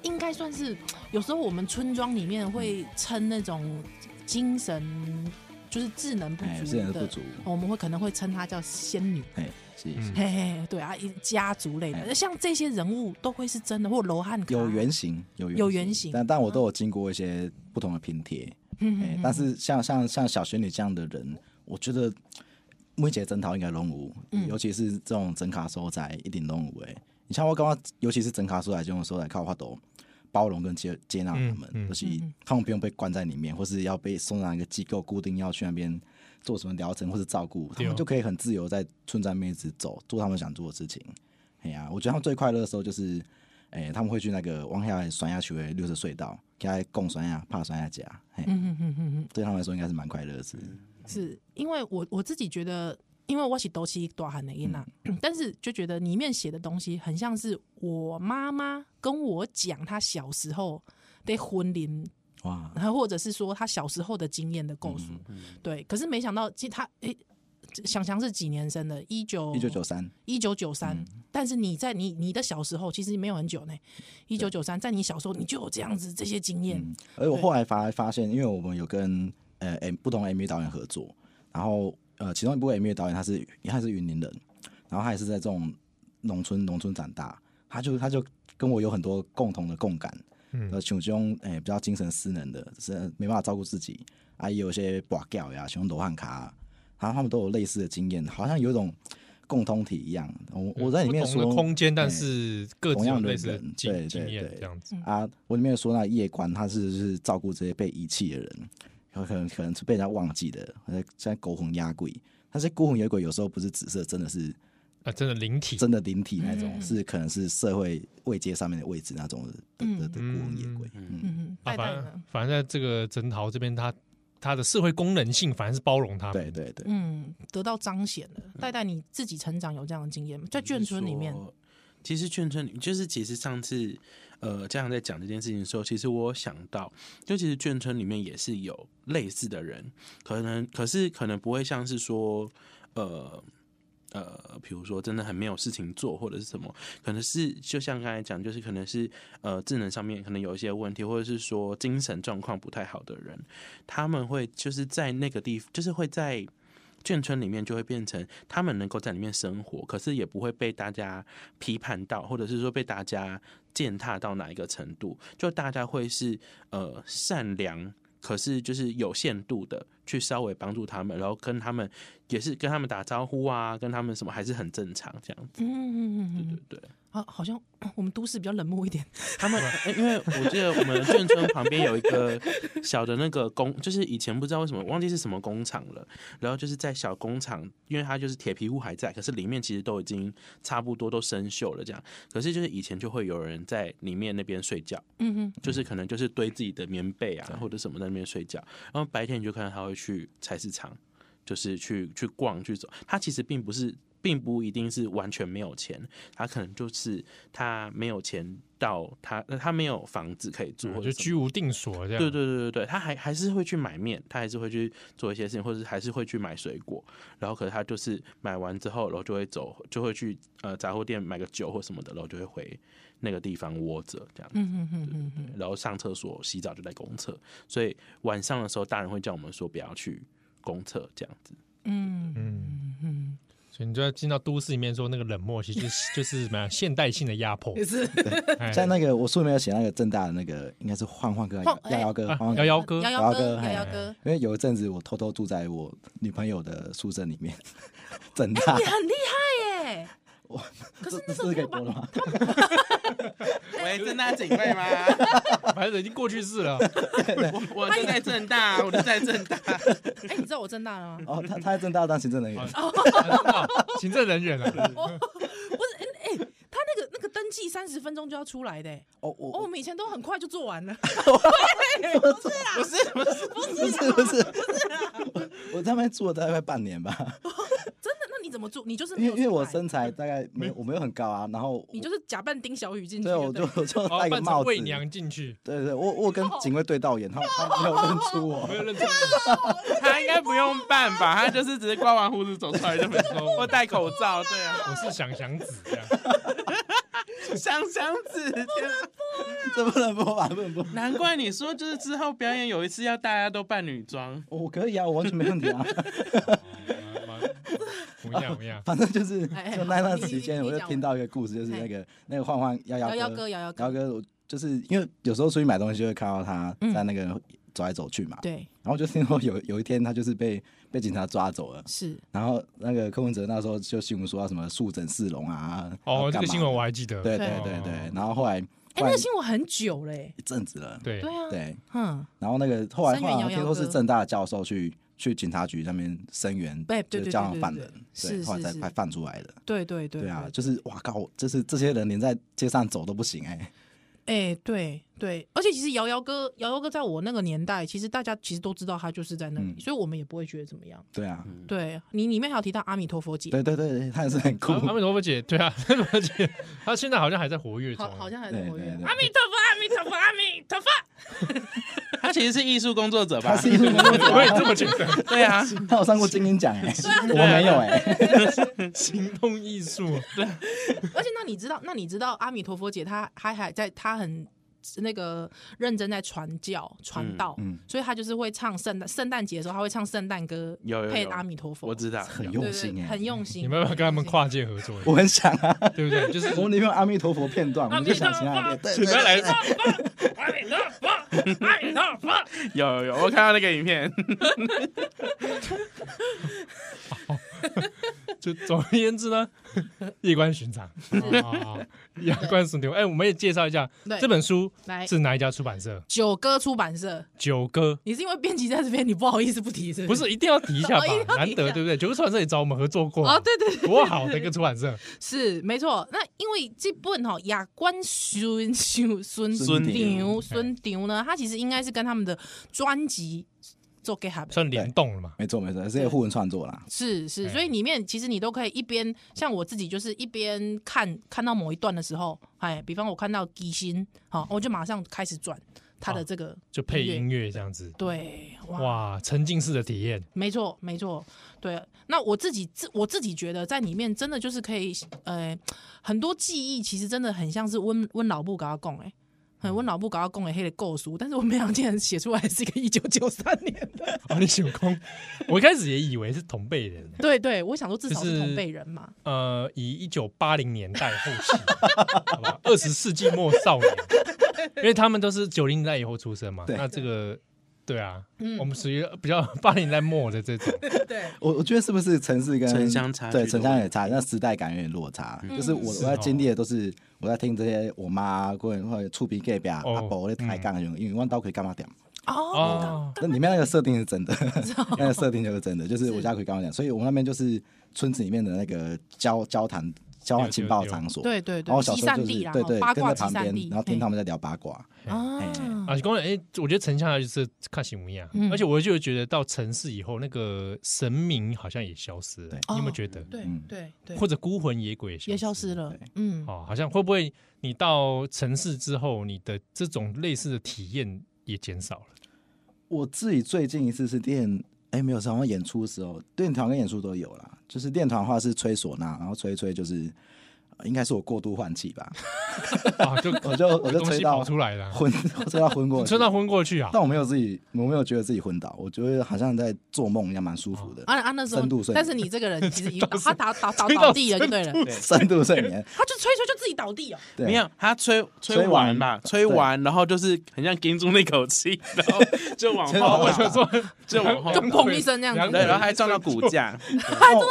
Speaker 3: 应该算是有时候我们村庄里面会称那种精神就是智能不
Speaker 5: 哎，
Speaker 3: 足
Speaker 5: 这人
Speaker 3: 的，
Speaker 5: 不足，
Speaker 3: 我们会可能会称她叫仙女。
Speaker 5: 哎，是是
Speaker 2: 嗯
Speaker 3: 嘿嘿，对啊，一家族类的，
Speaker 5: 哎
Speaker 3: 像这些人物都会是真的，或罗汉卡
Speaker 5: 有，原型，有
Speaker 3: 有原型
Speaker 5: 但但我都有经过一些不同的拼贴，
Speaker 3: 嗯
Speaker 5: 哎，但是像像像小仙女这样的人，我觉得每一个征讨应该拢有，
Speaker 3: 嗯
Speaker 5: 尤其是这种整卡所在一定拢有诶。你像我感觉，尤其是整卡所在这种所在，靠法度包容跟接接纳他们，
Speaker 2: 嗯嗯
Speaker 5: 就是他们不用被关在里面，或是要被送到一个机构固定要去那边做什么疗程或是照顾，他
Speaker 2: 对哦
Speaker 5: 们就可以很自由在村庄里面一直走，做他们想做的事情。哎呀、我觉得他们最快乐的时候就是。哎、他们会去那个往下酸下去的绿色隧道，给他供酸下、怕酸下家，嘿，
Speaker 3: 嗯嗯嗯嗯嗯，
Speaker 5: 对他们来说应该是蛮快乐的事。
Speaker 3: 是因为我我自己觉得，因为我是都是大汉的音呐，
Speaker 5: 嗯
Speaker 3: 但是就觉得里面写的东西很像是我妈妈跟我讲她小时候的婚龄，
Speaker 5: 哇，
Speaker 3: 然后或者是说她小时候的经验的构述，
Speaker 5: 嗯
Speaker 3: 对，可是没想到，其实她诶。想想是几年生的？一九
Speaker 5: 一九九三，
Speaker 3: 一九九三，
Speaker 5: 嗯
Speaker 3: 但是你在你你的小时候其实没有很久呢，一九九三，在你小时候你就有这样子这些经验，
Speaker 5: 而我后来发发现，因为我们有跟呃 M 不同 MV 导演合作，然后呃其中一部 MV 导演他是他是云林人，然后他也是在这种农村农村长大，他就他就跟我有很多共同的共感，
Speaker 2: 嗯
Speaker 5: 呃像这种诶、呃比较精神失能的，是没办法照顾自己，啊也有一些跋掉呀，像罗汉卡、啊，然后他们都有类似的经验，好像有一种共通体一样。我我在里
Speaker 2: 嗯
Speaker 5: 面
Speaker 2: 不同
Speaker 5: 说
Speaker 2: 的空间，但
Speaker 5: 哎
Speaker 2: 是各自
Speaker 5: 同
Speaker 2: 有
Speaker 5: 样的
Speaker 2: 类似的
Speaker 5: 人对
Speaker 2: 经
Speaker 5: 对
Speaker 2: 经验
Speaker 5: 对
Speaker 2: 这样
Speaker 3: 嗯
Speaker 2: 子。
Speaker 5: 啊，我里面有说那夜观，他是是照顾这些被遗弃的人，有可能可能是被人家忘记的，或者像狗魂压鬼。但是孤魂野鬼有时候不是紫色，真的是
Speaker 2: 啊，真的灵体
Speaker 5: 真的灵体那种，
Speaker 3: 嗯
Speaker 5: 是可能是社会位阶上面的位置那种的的的的孤魂野鬼。嗯，
Speaker 3: 嗯，
Speaker 2: 啊，
Speaker 3: 带带
Speaker 2: 反
Speaker 3: 的
Speaker 2: 正，反正在这个征讨这边，它它的社会功能性反而是包容他们。
Speaker 5: 对对对，
Speaker 3: 嗯，得到彰显了。
Speaker 5: 嗯
Speaker 3: 带带你自己成长有这样的经验吗？在眷村里面，
Speaker 4: 说其实眷村里就是，其实上次呃，家长在讲这件事情的时候，其实我有想到，就其实眷村里面也是有类似的人，可能可是可能不会像是说呃。呃，比如说真的很没有事情做，或者是什么，可能是就像刚才讲，就是可能是呃智能上面可能有一些问题，或者是说精神状况不太好的人，他们会就是在那个地，就是会在眷村里面就会变成他们能够在里面生活，可是也不会被大家批判到，或者是说被大家践踏到哪一个程度，就大家会是呃善良。可是就是有限度的去稍微帮助他们，然后跟他们也是跟他们打招呼啊，跟他们什么还是很正常这样子。
Speaker 3: 嗯嗯嗯嗯
Speaker 4: 对
Speaker 3: 嗯，
Speaker 4: 对对，
Speaker 3: 好，好像 我们都市比较冷漠一点。
Speaker 4: 他们呃因为我记得我们眷村旁边有一个小的那个工，就是以前不知道为什么忘记是什么工厂了，然后就是在小工厂，因为它就是铁皮屋还在，可是里面其实都已经差不多都生锈了这样，可是就是以前就会有人在里面那边睡觉，
Speaker 3: 嗯嗯，
Speaker 4: 就是可能就是堆自己的棉被啊或者什么在那边睡觉，然后白天你就看到他会去菜市场，就是去去逛去走。他其实并不是，并不一定是完全没有钱，他可能就是他没有钱到他呃他没有房子可以住，
Speaker 2: 嗯
Speaker 4: 或
Speaker 2: 就
Speaker 4: 者
Speaker 2: 居
Speaker 4: 什么。
Speaker 2: 无定所这样。
Speaker 4: 对对对对对，他还还是会去买面，他还是会去做一些事情，或者是还是会去买水果。然后可是他就是买完之后，然后就会走，就会去呃杂货店买个酒或什么的，然后就会回那个地方窝着这样。
Speaker 3: 嗯嗯嗯嗯嗯，
Speaker 4: 然后上厕所、洗澡就在公厕，所以晚上的时候，大人会叫我们说不要去公厕这样子。
Speaker 2: 所以你就要进到都市里面说那个冷漠，其实就是就是什么呀现代性的压迫。
Speaker 3: 是
Speaker 2: 哎
Speaker 5: 在那个我书里面有写那个正大的那个应该是幻幻哥还
Speaker 3: 晃
Speaker 5: 是瑶瑶哥，
Speaker 2: 啊
Speaker 5: 幻幻
Speaker 2: 瑶瑶
Speaker 5: 哥。
Speaker 2: 哥
Speaker 3: 瑶
Speaker 5: 瑶
Speaker 3: 瑶
Speaker 5: 瑶
Speaker 3: 哥，
Speaker 5: 哥
Speaker 3: 瑶
Speaker 5: 嘿
Speaker 3: 瑶哥，
Speaker 5: 因为有一阵子我偷偷 住在我女朋友的宿舍里面，整大
Speaker 3: 你很厉害耶！
Speaker 5: 我
Speaker 3: 可哎是那
Speaker 5: 这哎这
Speaker 3: 个
Speaker 5: 可以
Speaker 3: 木板
Speaker 5: 播了吗？
Speaker 4: 喂，正大警卫吗？
Speaker 2: 反正已经过去式了。
Speaker 4: 我我就在正大，我就在正大。
Speaker 3: 哎、你知道我正大 了吗？
Speaker 5: 哦，他他在正大当行政人员，
Speaker 2: 啊行政人员了，
Speaker 3: 不是，哎、哎他那个那个登记三十分钟就要出来的、哎
Speaker 5: 哦
Speaker 3: 哦，我
Speaker 5: 我
Speaker 3: 们以前都很快就做 完了。
Speaker 4: 不是不是，
Speaker 5: 不是不是，啊我我在那边住了大概半年吧，
Speaker 3: 真的？那你怎么做？你就是没
Speaker 5: 因为
Speaker 3: 有
Speaker 5: 因为我
Speaker 3: 出来
Speaker 5: 身材大概没有我没有很高啊，然后
Speaker 3: 你就是假扮丁小雨进去
Speaker 5: 对啊
Speaker 3: 了，
Speaker 5: 我 就我就
Speaker 2: 哦
Speaker 5: 戴个
Speaker 2: 扮
Speaker 5: 帽
Speaker 2: 成
Speaker 5: 子，
Speaker 2: 媚娘进去，
Speaker 5: 对对，我我
Speaker 3: 哦
Speaker 5: 跟警卫对到眼，他他没有认出我
Speaker 2: 没。有认真。
Speaker 4: 他应该不用办吧？他就是只是刮完胡子走出来就没
Speaker 2: 我
Speaker 4: 说，或戴口罩，对啊，
Speaker 2: 我是想想子这样，
Speaker 4: 香香子。天啊
Speaker 5: 这不能播吧？不能播。
Speaker 4: 难怪你说就是之后表演有一次要大家都扮女装，
Speaker 5: 我可以啊，我完全没问题 啊。
Speaker 2: 蛮不一样不一样。
Speaker 5: 反正就是
Speaker 3: 哎
Speaker 5: 就那段时
Speaker 3: 你你
Speaker 5: 间，我就
Speaker 3: 你讲
Speaker 5: 听到一个故事，就是那个那个晃晃幺
Speaker 3: 摇
Speaker 5: 幺
Speaker 3: 摇哥，摇摇
Speaker 5: 幺
Speaker 3: 哥，
Speaker 5: 哥，我就是因为有时候出去买东西就会看到他
Speaker 3: 嗯
Speaker 5: 在那个走来走去嘛，
Speaker 3: 对，
Speaker 5: 然后就听说有有一天他就是被被警察抓走了。
Speaker 3: 是
Speaker 5: 然后那个柯文哲那时候就新闻说他什么树整市容啊，然后
Speaker 2: 哦，
Speaker 5: 干
Speaker 2: 这
Speaker 5: 嘛
Speaker 2: 个新闻我还记得。
Speaker 5: 对对
Speaker 3: 对
Speaker 5: 对对
Speaker 2: 哦，
Speaker 5: 然后后来
Speaker 3: 哎、
Speaker 5: 后
Speaker 3: 那
Speaker 5: 来
Speaker 3: 个新闻很久嘞、
Speaker 5: 一阵子了，
Speaker 2: 对
Speaker 3: 对啊，，
Speaker 5: 对，
Speaker 3: 嗯，
Speaker 5: 然后那个后来
Speaker 3: 声
Speaker 5: 后
Speaker 3: 援
Speaker 5: 来
Speaker 3: 摇
Speaker 5: 听
Speaker 3: 摇
Speaker 5: 说是
Speaker 3: 哥
Speaker 5: 正大的教授去去警察局那边声援，
Speaker 3: 对对
Speaker 5: 就
Speaker 3: 对
Speaker 5: 叫
Speaker 3: 对
Speaker 5: 他们
Speaker 3: 对
Speaker 5: 犯
Speaker 3: 对
Speaker 5: 人，
Speaker 3: 是
Speaker 5: 对，后来
Speaker 3: 是
Speaker 5: 才
Speaker 3: 是
Speaker 5: 才犯出来的。
Speaker 3: 对对对
Speaker 5: 对啊，就是哇靠，就是这些人连在街上走都不行哎、
Speaker 3: 哎、对对，而且其实瑶瑶哥，瑶瑶哥在我那个年代，其实大家其实都知道他就是在那里，
Speaker 5: 嗯
Speaker 3: 所以我们也不会觉得怎么样。
Speaker 5: 对啊，
Speaker 3: 对你里面还有提到阿弥陀佛姐，
Speaker 5: 对对对对，他也是很酷
Speaker 2: 阿。阿弥陀佛姐，对啊，阿弥陀佛姐，她现在好像还在活跃中
Speaker 3: 好，，好像还
Speaker 5: 对
Speaker 3: 是活
Speaker 5: 对
Speaker 3: 跃。
Speaker 5: 对
Speaker 3: 阿
Speaker 2: 啊
Speaker 3: 弥陀佛，阿弥陀佛，阿弥陀佛。
Speaker 4: 他其实是艺术工作者
Speaker 5: 他
Speaker 4: 吧？
Speaker 5: 是一路工作
Speaker 2: 我也这么觉得。
Speaker 4: 对 啊，
Speaker 5: 他有上过金鹰奖哎、
Speaker 3: 啊
Speaker 5: 我没有哎、
Speaker 2: 行动艺术，
Speaker 3: 而且那你知道，那你知道阿弥陀佛姐她还还在，她很那个认真在传教传道，
Speaker 5: 嗯嗯
Speaker 3: 所以她就是会唱圣诞圣诞节的时候，她会唱圣诞歌，
Speaker 4: 有有有
Speaker 3: 配阿弥陀佛，
Speaker 4: 我知道，
Speaker 5: 很
Speaker 3: 对
Speaker 5: 用心
Speaker 3: 对
Speaker 5: 哎、
Speaker 3: 很用心。
Speaker 2: 你们要不要跟他们
Speaker 3: 很用心？
Speaker 2: 跨界合作？
Speaker 5: 我很想啊，
Speaker 2: 对不对？就是
Speaker 5: 我们里面有阿弥陀佛片段，我们就想请他来。对
Speaker 2: 你
Speaker 5: 对
Speaker 2: 们要来，
Speaker 3: 阿弥陀佛，阿弥陀佛。
Speaker 4: 有有有，我看到那个影片，
Speaker 2: 就总而言之 呢，夜观寻常啊，夜观寻常。哎，我们也介绍一下
Speaker 3: 对
Speaker 2: 这本书
Speaker 3: 来
Speaker 2: 是哪一家出版社？
Speaker 3: 九歌出版社，
Speaker 2: 九歌。
Speaker 3: 你是因为编辑在这边，你不好意思不提，是不
Speaker 2: 不是一定要提一下吧
Speaker 3: 哦一定要提一？下
Speaker 2: 难得对不对？九歌出版社也找我们合作过
Speaker 3: 哦，对对对，
Speaker 2: 多好的一个出版社，
Speaker 3: 是没错。那因为这本哈、雅观孙孙孙
Speaker 5: 孙
Speaker 3: 牛
Speaker 5: 牛哎
Speaker 3: 孙牛呢，它其实应该是跟他们的专辑做 get up
Speaker 2: 算联动了嘛？
Speaker 5: 没错没错，这些互文创作啦。
Speaker 3: 是是，
Speaker 2: 哎
Speaker 3: 所以里面其实你都可以一边像我自己，就是一边看看到某一段的时候，哎，比方我看到吉星，好，我就马上开始转他的这个、
Speaker 2: 就配音乐这样子，
Speaker 3: 对，哇，
Speaker 2: 哇，沉浸式的体验。
Speaker 3: 没错没错，对。那我自己自我自己觉得在里面真的就是可以，呃，很多记忆其实真的很像是温温老布给他供哎。很温老布搞到供的黑的构书，但是我没想到竟然写出来是一个一九九三年的。
Speaker 2: 哦，你想 空，我一开始也以为是同辈人，
Speaker 3: 对对，我想说至少
Speaker 2: 就是
Speaker 3: 是同辈人嘛。
Speaker 2: 呃，以一九八零年代后期， 好吧，二十世纪末少年，因为他们都是九零代以后出生嘛，
Speaker 5: 对
Speaker 2: 那这个。对啊，
Speaker 3: 嗯
Speaker 2: 我们属于比较 八零代末的这种，
Speaker 3: 对，
Speaker 5: 我我觉得是不是城市跟
Speaker 4: 城乡差距
Speaker 5: 对城乡也差，那时代感有点落差。
Speaker 3: 嗯
Speaker 5: 就是我我
Speaker 2: 是哦
Speaker 5: 在经历的都是我在听这些我妈或者或者触鼻 gay 表
Speaker 2: 哦嗯
Speaker 5: 啊阿伯在抬杠，因为我到可以干嘛点。
Speaker 3: 哦，
Speaker 2: 哦，
Speaker 5: 那里面那个设定是 真的， 那个设定就是真的，就是我家可以跟我讲，所以我们那边就是村子里面的那个交交谈交换情报场所，
Speaker 3: 对对
Speaker 5: 然后
Speaker 3: 对，
Speaker 5: 小
Speaker 3: 集
Speaker 5: 时候
Speaker 3: 散
Speaker 5: 就是
Speaker 3: 地啦，
Speaker 5: 对
Speaker 3: 哈
Speaker 5: 对
Speaker 3: 八
Speaker 5: 跟
Speaker 3: 卦
Speaker 5: 在
Speaker 3: 集
Speaker 5: 旁
Speaker 3: 散
Speaker 5: 边
Speaker 3: 地，，
Speaker 5: 然后听
Speaker 3: 嘿
Speaker 5: 他们在聊八卦，
Speaker 3: 啊
Speaker 2: 啊，光然，哎，我觉得城乡还是看醒不一样
Speaker 3: 嗯，
Speaker 2: 而且我就觉得到城市以后，那个神明好像也消失了
Speaker 5: 对，
Speaker 2: 你有没
Speaker 3: 哦
Speaker 2: 有觉得？
Speaker 3: 对
Speaker 5: 嗯
Speaker 3: 对对，
Speaker 2: 或者孤魂野鬼
Speaker 3: 也消失了，嗯，
Speaker 2: 哦，好像会不会你到城市之后，你的这种类似的体验也减少了？
Speaker 5: 我自己最近一次是练，哎，没有，是好像演出的时候，练团跟演出都有啦。就是练团的话是吹唢呐，然后吹一吹就是，呃应该是我过度换气吧，
Speaker 2: 啊，就
Speaker 5: 我就我 就
Speaker 2: 东
Speaker 5: 吹
Speaker 2: 西
Speaker 5: 到
Speaker 2: 跑出来了，
Speaker 5: 昏， 吹到昏过去
Speaker 2: 吹到昏过去啊！
Speaker 5: 但我没有自己，我没有觉得自己昏倒，我觉得好像在做梦一样，蛮舒服 的，
Speaker 3: 啊啊那时候
Speaker 5: 深度，睡
Speaker 3: 但是你这个人其实已经 倒，他倒倒倒
Speaker 2: 吹
Speaker 3: 倒
Speaker 2: 到
Speaker 3: 地了就对了，
Speaker 5: 深度睡眠。
Speaker 3: 他就吹吹就自己倒地哦，
Speaker 5: 对，
Speaker 4: 没有，他吹吹
Speaker 5: 吹完
Speaker 4: 完吧，吹完，然后就是很像盯住那口气，然后就往
Speaker 5: 吹
Speaker 4: 后
Speaker 5: 完，
Speaker 2: 我说
Speaker 4: 就往后
Speaker 2: 哦
Speaker 3: 就，砰一声这样
Speaker 2: 两
Speaker 3: 子
Speaker 4: 对，然后还撞到骨架，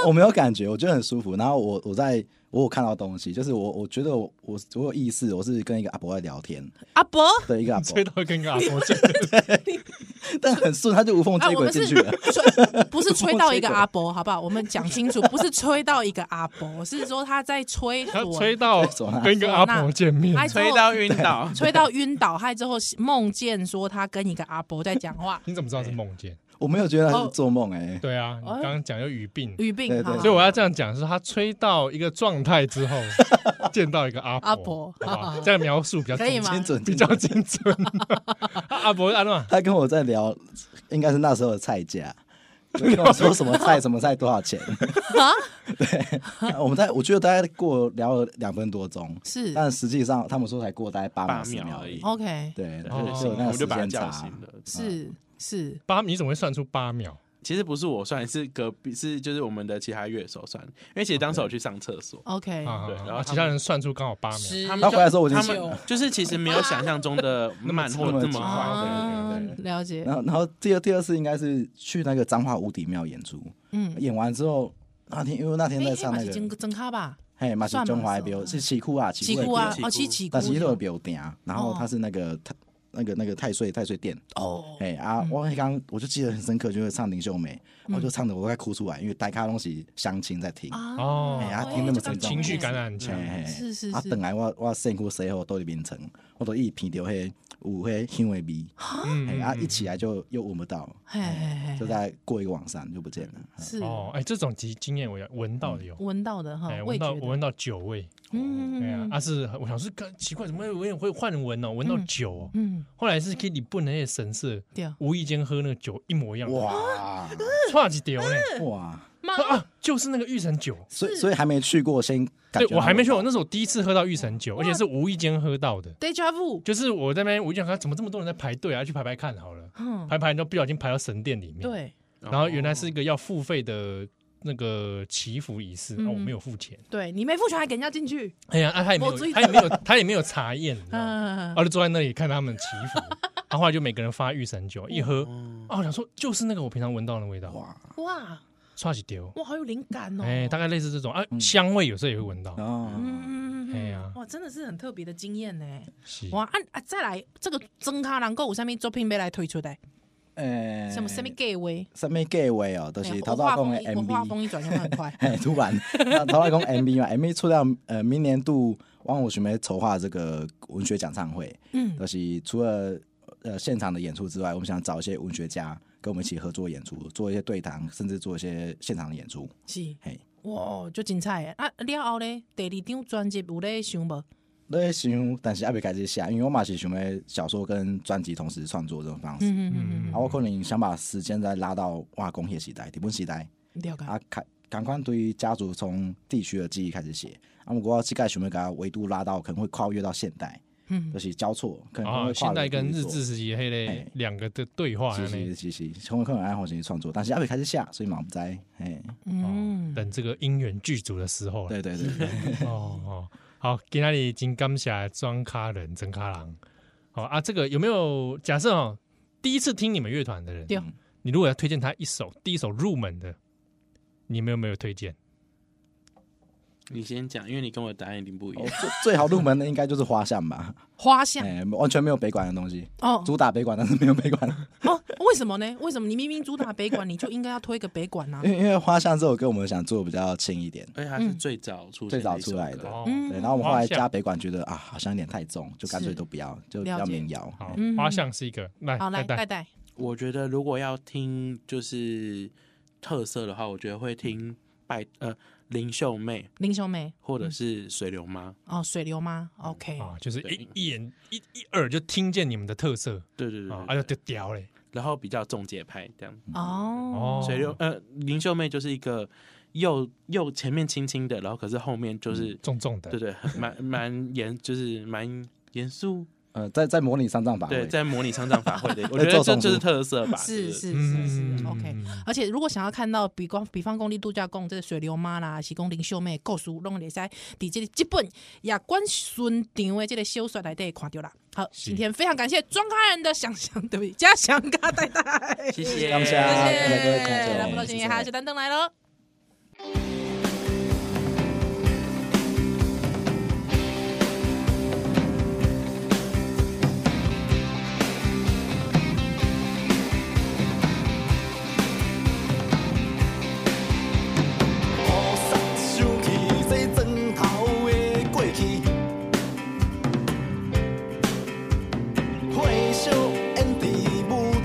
Speaker 5: 我我没有感觉，我觉得很舒服。然后我我在我有看到东西，就是我我觉得我我我有意识，我是跟一个阿伯在聊天，
Speaker 3: 阿伯
Speaker 5: 对一个阿伯
Speaker 2: 吹，到跟 个阿伯吹，
Speaker 5: 但很顺，他就无缝
Speaker 3: 啊，
Speaker 5: 接
Speaker 3: 我
Speaker 5: 轨
Speaker 3: 们
Speaker 5: 进
Speaker 3: 是
Speaker 5: 去了。
Speaker 3: 吹， 不是吹到一个阿伯，好不好？我们讲清楚，不是吹到一个阿伯，是说他在吹
Speaker 2: 他
Speaker 3: 我，啊
Speaker 2: 吹到
Speaker 5: 啊
Speaker 2: 跟一个阿伯见面，
Speaker 3: 哎。
Speaker 4: 吹到晕
Speaker 5: 哦
Speaker 4: 倒
Speaker 3: 吹到晕倒，害之后梦见说他跟一个阿伯在讲话，
Speaker 2: 你怎么知道是梦见？
Speaker 3: 哎
Speaker 5: 我没有觉得他是做梦哎、
Speaker 2: 对啊，你刚刚讲有语病，
Speaker 3: 语病
Speaker 5: 对对
Speaker 3: 哈，
Speaker 2: 所以我要这样讲，是他吹到一个状态之 后，见到一个阿伯，
Speaker 3: 阿伯
Speaker 2: 好不好
Speaker 3: 好
Speaker 2: 这样描述比较
Speaker 3: 可以吗
Speaker 5: 精准
Speaker 2: 比
Speaker 5: 精
Speaker 2: 较
Speaker 5: 准。
Speaker 2: 精准。 啊阿伯安诺，
Speaker 5: 他跟我在聊，应该是那时候的菜价，就跟我说什么菜什么菜多少钱。 对，我们在我觉得大概过聊了两分多钟，
Speaker 3: 是
Speaker 5: 但实际上他们说才过大概八
Speaker 4: 八
Speaker 5: 秒十
Speaker 4: 秒
Speaker 5: 秒
Speaker 4: 而
Speaker 5: 而
Speaker 4: 已
Speaker 5: 已。
Speaker 3: OK，
Speaker 5: 对，就
Speaker 2: 哦
Speaker 5: 有那个
Speaker 4: 我们就
Speaker 5: 时
Speaker 4: 把他
Speaker 5: 间
Speaker 4: 叫
Speaker 5: 差
Speaker 4: 醒。了。
Speaker 3: 是是
Speaker 2: 八，你怎么会算出八秒？
Speaker 4: 其实不是我算，是隔壁，是就是我们的其他乐手算。因为其实当时我去上厕所，
Speaker 3: OK，
Speaker 2: 啊
Speaker 4: 对，然后
Speaker 2: 然后
Speaker 4: 他
Speaker 2: 其他人算出刚好八秒，
Speaker 3: 十
Speaker 4: 他们
Speaker 5: 他回来的时候我已经
Speaker 4: 他
Speaker 5: 醒
Speaker 4: 们
Speaker 5: 了。
Speaker 4: 就是其实没有想象中的慢或那么
Speaker 2: 嗯
Speaker 4: 快。
Speaker 3: 啊
Speaker 4: 对对对，
Speaker 3: 了解
Speaker 5: 然，后，然后第二第二次应该是去那个彰化无底庙演出，
Speaker 3: 嗯，
Speaker 5: 演完之后那天因为那天在唱
Speaker 3: 嘛
Speaker 5: 那
Speaker 3: 是
Speaker 5: 个，
Speaker 3: 真真卡吧，
Speaker 5: 嘿，嘛是
Speaker 3: 算嘛
Speaker 5: 中华的
Speaker 3: 算
Speaker 5: 庙是奇酷啊，
Speaker 3: 奇
Speaker 5: 奇
Speaker 3: 姑
Speaker 5: 酷
Speaker 3: 啊，
Speaker 4: 对
Speaker 3: 哦，
Speaker 4: 奇姑
Speaker 3: 是奇姑
Speaker 5: 但是，迄个庙埕，然后它是那个太那个那个太岁太岁殿
Speaker 3: 哦，
Speaker 5: 哎啊，我那刚我就记得很深刻，就是唱林秀梅，我就唱的我都快哭出来，因为大家拢是相亲在听，
Speaker 3: 嗯啊
Speaker 2: 哦
Speaker 5: 哎呀
Speaker 3: 哦
Speaker 5: 听那么
Speaker 3: 就刚
Speaker 5: 沉重
Speaker 2: 情绪感染很强。
Speaker 5: 嘿嘿
Speaker 3: 是是
Speaker 5: 啊，
Speaker 3: 是
Speaker 5: 等来我我身躯洗好倒伫眠床，我都一闻到迄有迄香的味，哎
Speaker 2: 嗯
Speaker 5: 啊一起来就又闻不到，
Speaker 3: 嘿嘿
Speaker 5: 哎就
Speaker 3: 嘿，
Speaker 5: 在过一个晚上就不见了。
Speaker 3: 是
Speaker 2: 哦，哎，这种经经验我有闻到的有，
Speaker 3: 闻到的哈
Speaker 2: 哎，，闻
Speaker 3: 味嗯觉
Speaker 2: 到
Speaker 3: 的，
Speaker 2: 我闻到酒味，
Speaker 3: 嗯
Speaker 2: 哎呀
Speaker 3: 嗯，
Speaker 2: 啊是，我想是刚奇怪，怎么会我也会换闻哦，闻到酒哦，
Speaker 3: 嗯，
Speaker 2: 后来是去日本的那些神社，
Speaker 3: 对，
Speaker 2: 无意间喝那个酒一模一样，哇，
Speaker 5: 哇
Speaker 2: 差几丢呢，
Speaker 3: 嗯
Speaker 5: 哇，
Speaker 3: 妈
Speaker 2: 说啊，就是那个玉成酒。
Speaker 5: 所以所以还没去过，先感
Speaker 2: 对
Speaker 5: 觉，
Speaker 2: 我还没去过，那是我第一次喝到玉成酒，而且是无意间喝到的。
Speaker 3: ，Deja vu，
Speaker 2: 就是我在那边，我就想看怎么这么多人在排队啊，去排排看好了。
Speaker 3: 嗯，
Speaker 2: 排排，然后不小心排到神殿里面，，
Speaker 3: 对
Speaker 2: 然后原来是一个要付费的那个祈福仪式，
Speaker 3: 嗯
Speaker 2: 啊，我没有付钱。
Speaker 3: 对，你没付钱还给人家进去，
Speaker 2: 哎呀，啊，他也没有
Speaker 3: 我注意，
Speaker 2: 他也没有，他也没有查验，你知道吗
Speaker 3: 嗯
Speaker 2: 然，后就坐在那里看他们祈福。然后后来就每个人发御神酒，一喝，啊，我想说就是那个我平常闻到的味道，哇，
Speaker 5: 哇
Speaker 3: 哇
Speaker 2: 刷起丢，
Speaker 3: 哇，好有灵感哦，
Speaker 2: 哎，大概类似这种啊，香味有时候也会闻到，
Speaker 5: 哦，
Speaker 3: 嗯，嗯嗯嗯
Speaker 2: 哎呀哎
Speaker 3: 哇，真的是很特别的经验呢。
Speaker 2: 是
Speaker 3: 哇，啊啊，再来这个增咖能够有啥物作品要来推出的？
Speaker 2: 哎
Speaker 5: 诶，
Speaker 3: 什么什么 gay 位？
Speaker 5: 什么 gay 位哦，就是
Speaker 3: 哎
Speaker 5: 头
Speaker 3: 我
Speaker 5: 道
Speaker 3: 画
Speaker 5: 讲
Speaker 3: 风
Speaker 5: 的
Speaker 3: 一我画
Speaker 5: MV。。
Speaker 3: 风一转变很快
Speaker 5: 嘿，哎突然，那头来讲 MV 嘛，MV 出了呃，明年度汪我学妹筹划这个文学讲唱会，
Speaker 3: 嗯
Speaker 5: 就是除了呃现场的演出之外，我们想找一些文学家跟我们一起合作演出，做一些对谈，甚至做一些现场的演出。
Speaker 3: 是
Speaker 5: 嘿，
Speaker 3: 哇，就精彩诶！啊，了后咧，第二张专辑有咧想无？
Speaker 5: 那想，但是还没开始写，因为我嘛是想要小说跟专辑同时创作这种方式。
Speaker 3: 嗯嗯嗯
Speaker 5: 啊，我可能想把时间再拉到哇工业时代、日本时代，
Speaker 3: 嗯，了解。
Speaker 2: 哦
Speaker 5: 啊，赶赶快对于家族从地区的记忆开始写。啊，不过这个想要给它维度拉到，可能会跨越到现代，
Speaker 3: 嗯
Speaker 5: 就是交错，可能会跨
Speaker 2: 啊，
Speaker 5: 越
Speaker 2: 现代跟日
Speaker 5: 过去
Speaker 2: 治时期的黑嘞
Speaker 5: 哎
Speaker 2: 两个的对话
Speaker 5: 做。
Speaker 2: 呢，
Speaker 5: 是是是是，可能可能爱好型创作，但是还没开始下，所以嘛不知道。哎，
Speaker 2: 哦
Speaker 3: 嗯，
Speaker 2: 等这个姻缘具足的时候了。
Speaker 5: 对对对 对，
Speaker 2: 哦哦，好，今天已经感谢庄卡人、曾卡郎。好啊，这个有没有假设哦？第一次听你们乐团的人，
Speaker 3: 对
Speaker 2: 你如果要推荐他一首第一首入门的，你们有没有推荐？
Speaker 4: 你先讲，因为你跟我的答案一定不一
Speaker 5: 哦
Speaker 4: 样。
Speaker 5: 最最好入门的应该就是花 巷吧，
Speaker 3: 花香
Speaker 5: 哎，完全没有北管的东西，
Speaker 3: 哦
Speaker 5: 主打北管，但是没有北管，
Speaker 3: 哦，为什么呢？为什么你明明主打北管，你就应该要推个北管啊
Speaker 5: 因？为因为花巷这首歌我们想做比较轻一点，
Speaker 4: 而且它
Speaker 2: 嗯
Speaker 4: 是最早出
Speaker 5: 最
Speaker 4: 现
Speaker 5: 早
Speaker 4: 一首
Speaker 5: 出来
Speaker 4: 歌
Speaker 5: 的
Speaker 2: 哦，
Speaker 5: 对，
Speaker 3: 嗯
Speaker 5: 然后我们后来
Speaker 2: 花
Speaker 5: 加
Speaker 2: 巷
Speaker 5: 北管，觉得啊好像有点太重，就干脆
Speaker 3: 是
Speaker 5: 都不要，就比
Speaker 3: 了
Speaker 5: 较
Speaker 3: 解
Speaker 5: 民谣。
Speaker 2: 好
Speaker 5: 哎，
Speaker 3: 嗯
Speaker 2: 花像是一个，来，
Speaker 3: 好，来
Speaker 2: 蛋
Speaker 3: 戴
Speaker 2: 蛋
Speaker 3: 戴，
Speaker 4: 我觉得如果要听就是特色的话，我觉得会听拜呃林秀妹
Speaker 3: 林秀梅
Speaker 4: 或
Speaker 2: 嗯
Speaker 4: 者是水流妈。
Speaker 3: 哦，水流吗？OK，
Speaker 2: 啊，就是一
Speaker 4: 对
Speaker 2: 一眼一一耳就听见你们的特色
Speaker 4: 对对对
Speaker 2: 啊，
Speaker 4: 对
Speaker 2: 哎呦，
Speaker 4: 对
Speaker 2: 就屌嘞！
Speaker 4: 然后比较重节拍这样。
Speaker 3: 哦，
Speaker 4: 水流呃林秀妹就是一个又又前面轻轻的，然后可是后面就是
Speaker 2: 重重的
Speaker 4: 对，对很蛮蛮严，就是蛮严肃。
Speaker 5: 呃，在在模拟丧葬法
Speaker 4: 对，
Speaker 5: 会，
Speaker 4: 在模拟唱唱法会 的，我
Speaker 5: 在
Speaker 4: 觉得
Speaker 5: 做
Speaker 4: 这
Speaker 5: 中
Speaker 4: 就是
Speaker 5: 毒
Speaker 4: 特色吧。
Speaker 3: 是
Speaker 4: 就是
Speaker 2: 嗯
Speaker 3: 是是，OK
Speaker 2: 嗯嗯嗯。
Speaker 3: 而且如果想要看到比光比方公立度假供这个水流妈啦，是讲林秀妹的故事，拢会使伫这个基本亚冠孙场的这个小说内底看到啦。好，
Speaker 2: 是
Speaker 3: 今天非常感谢庄家人的想象，对不对？加想咖带带，
Speaker 4: 谢谢，
Speaker 5: 感谢
Speaker 3: 谢
Speaker 5: 感谢各位听
Speaker 3: 谢。
Speaker 5: 众
Speaker 3: 那么到今天，还有小丹登来喽。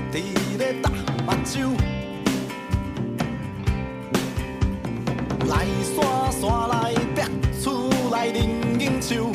Speaker 6: 目睭。来山山来壁，厝内人影树，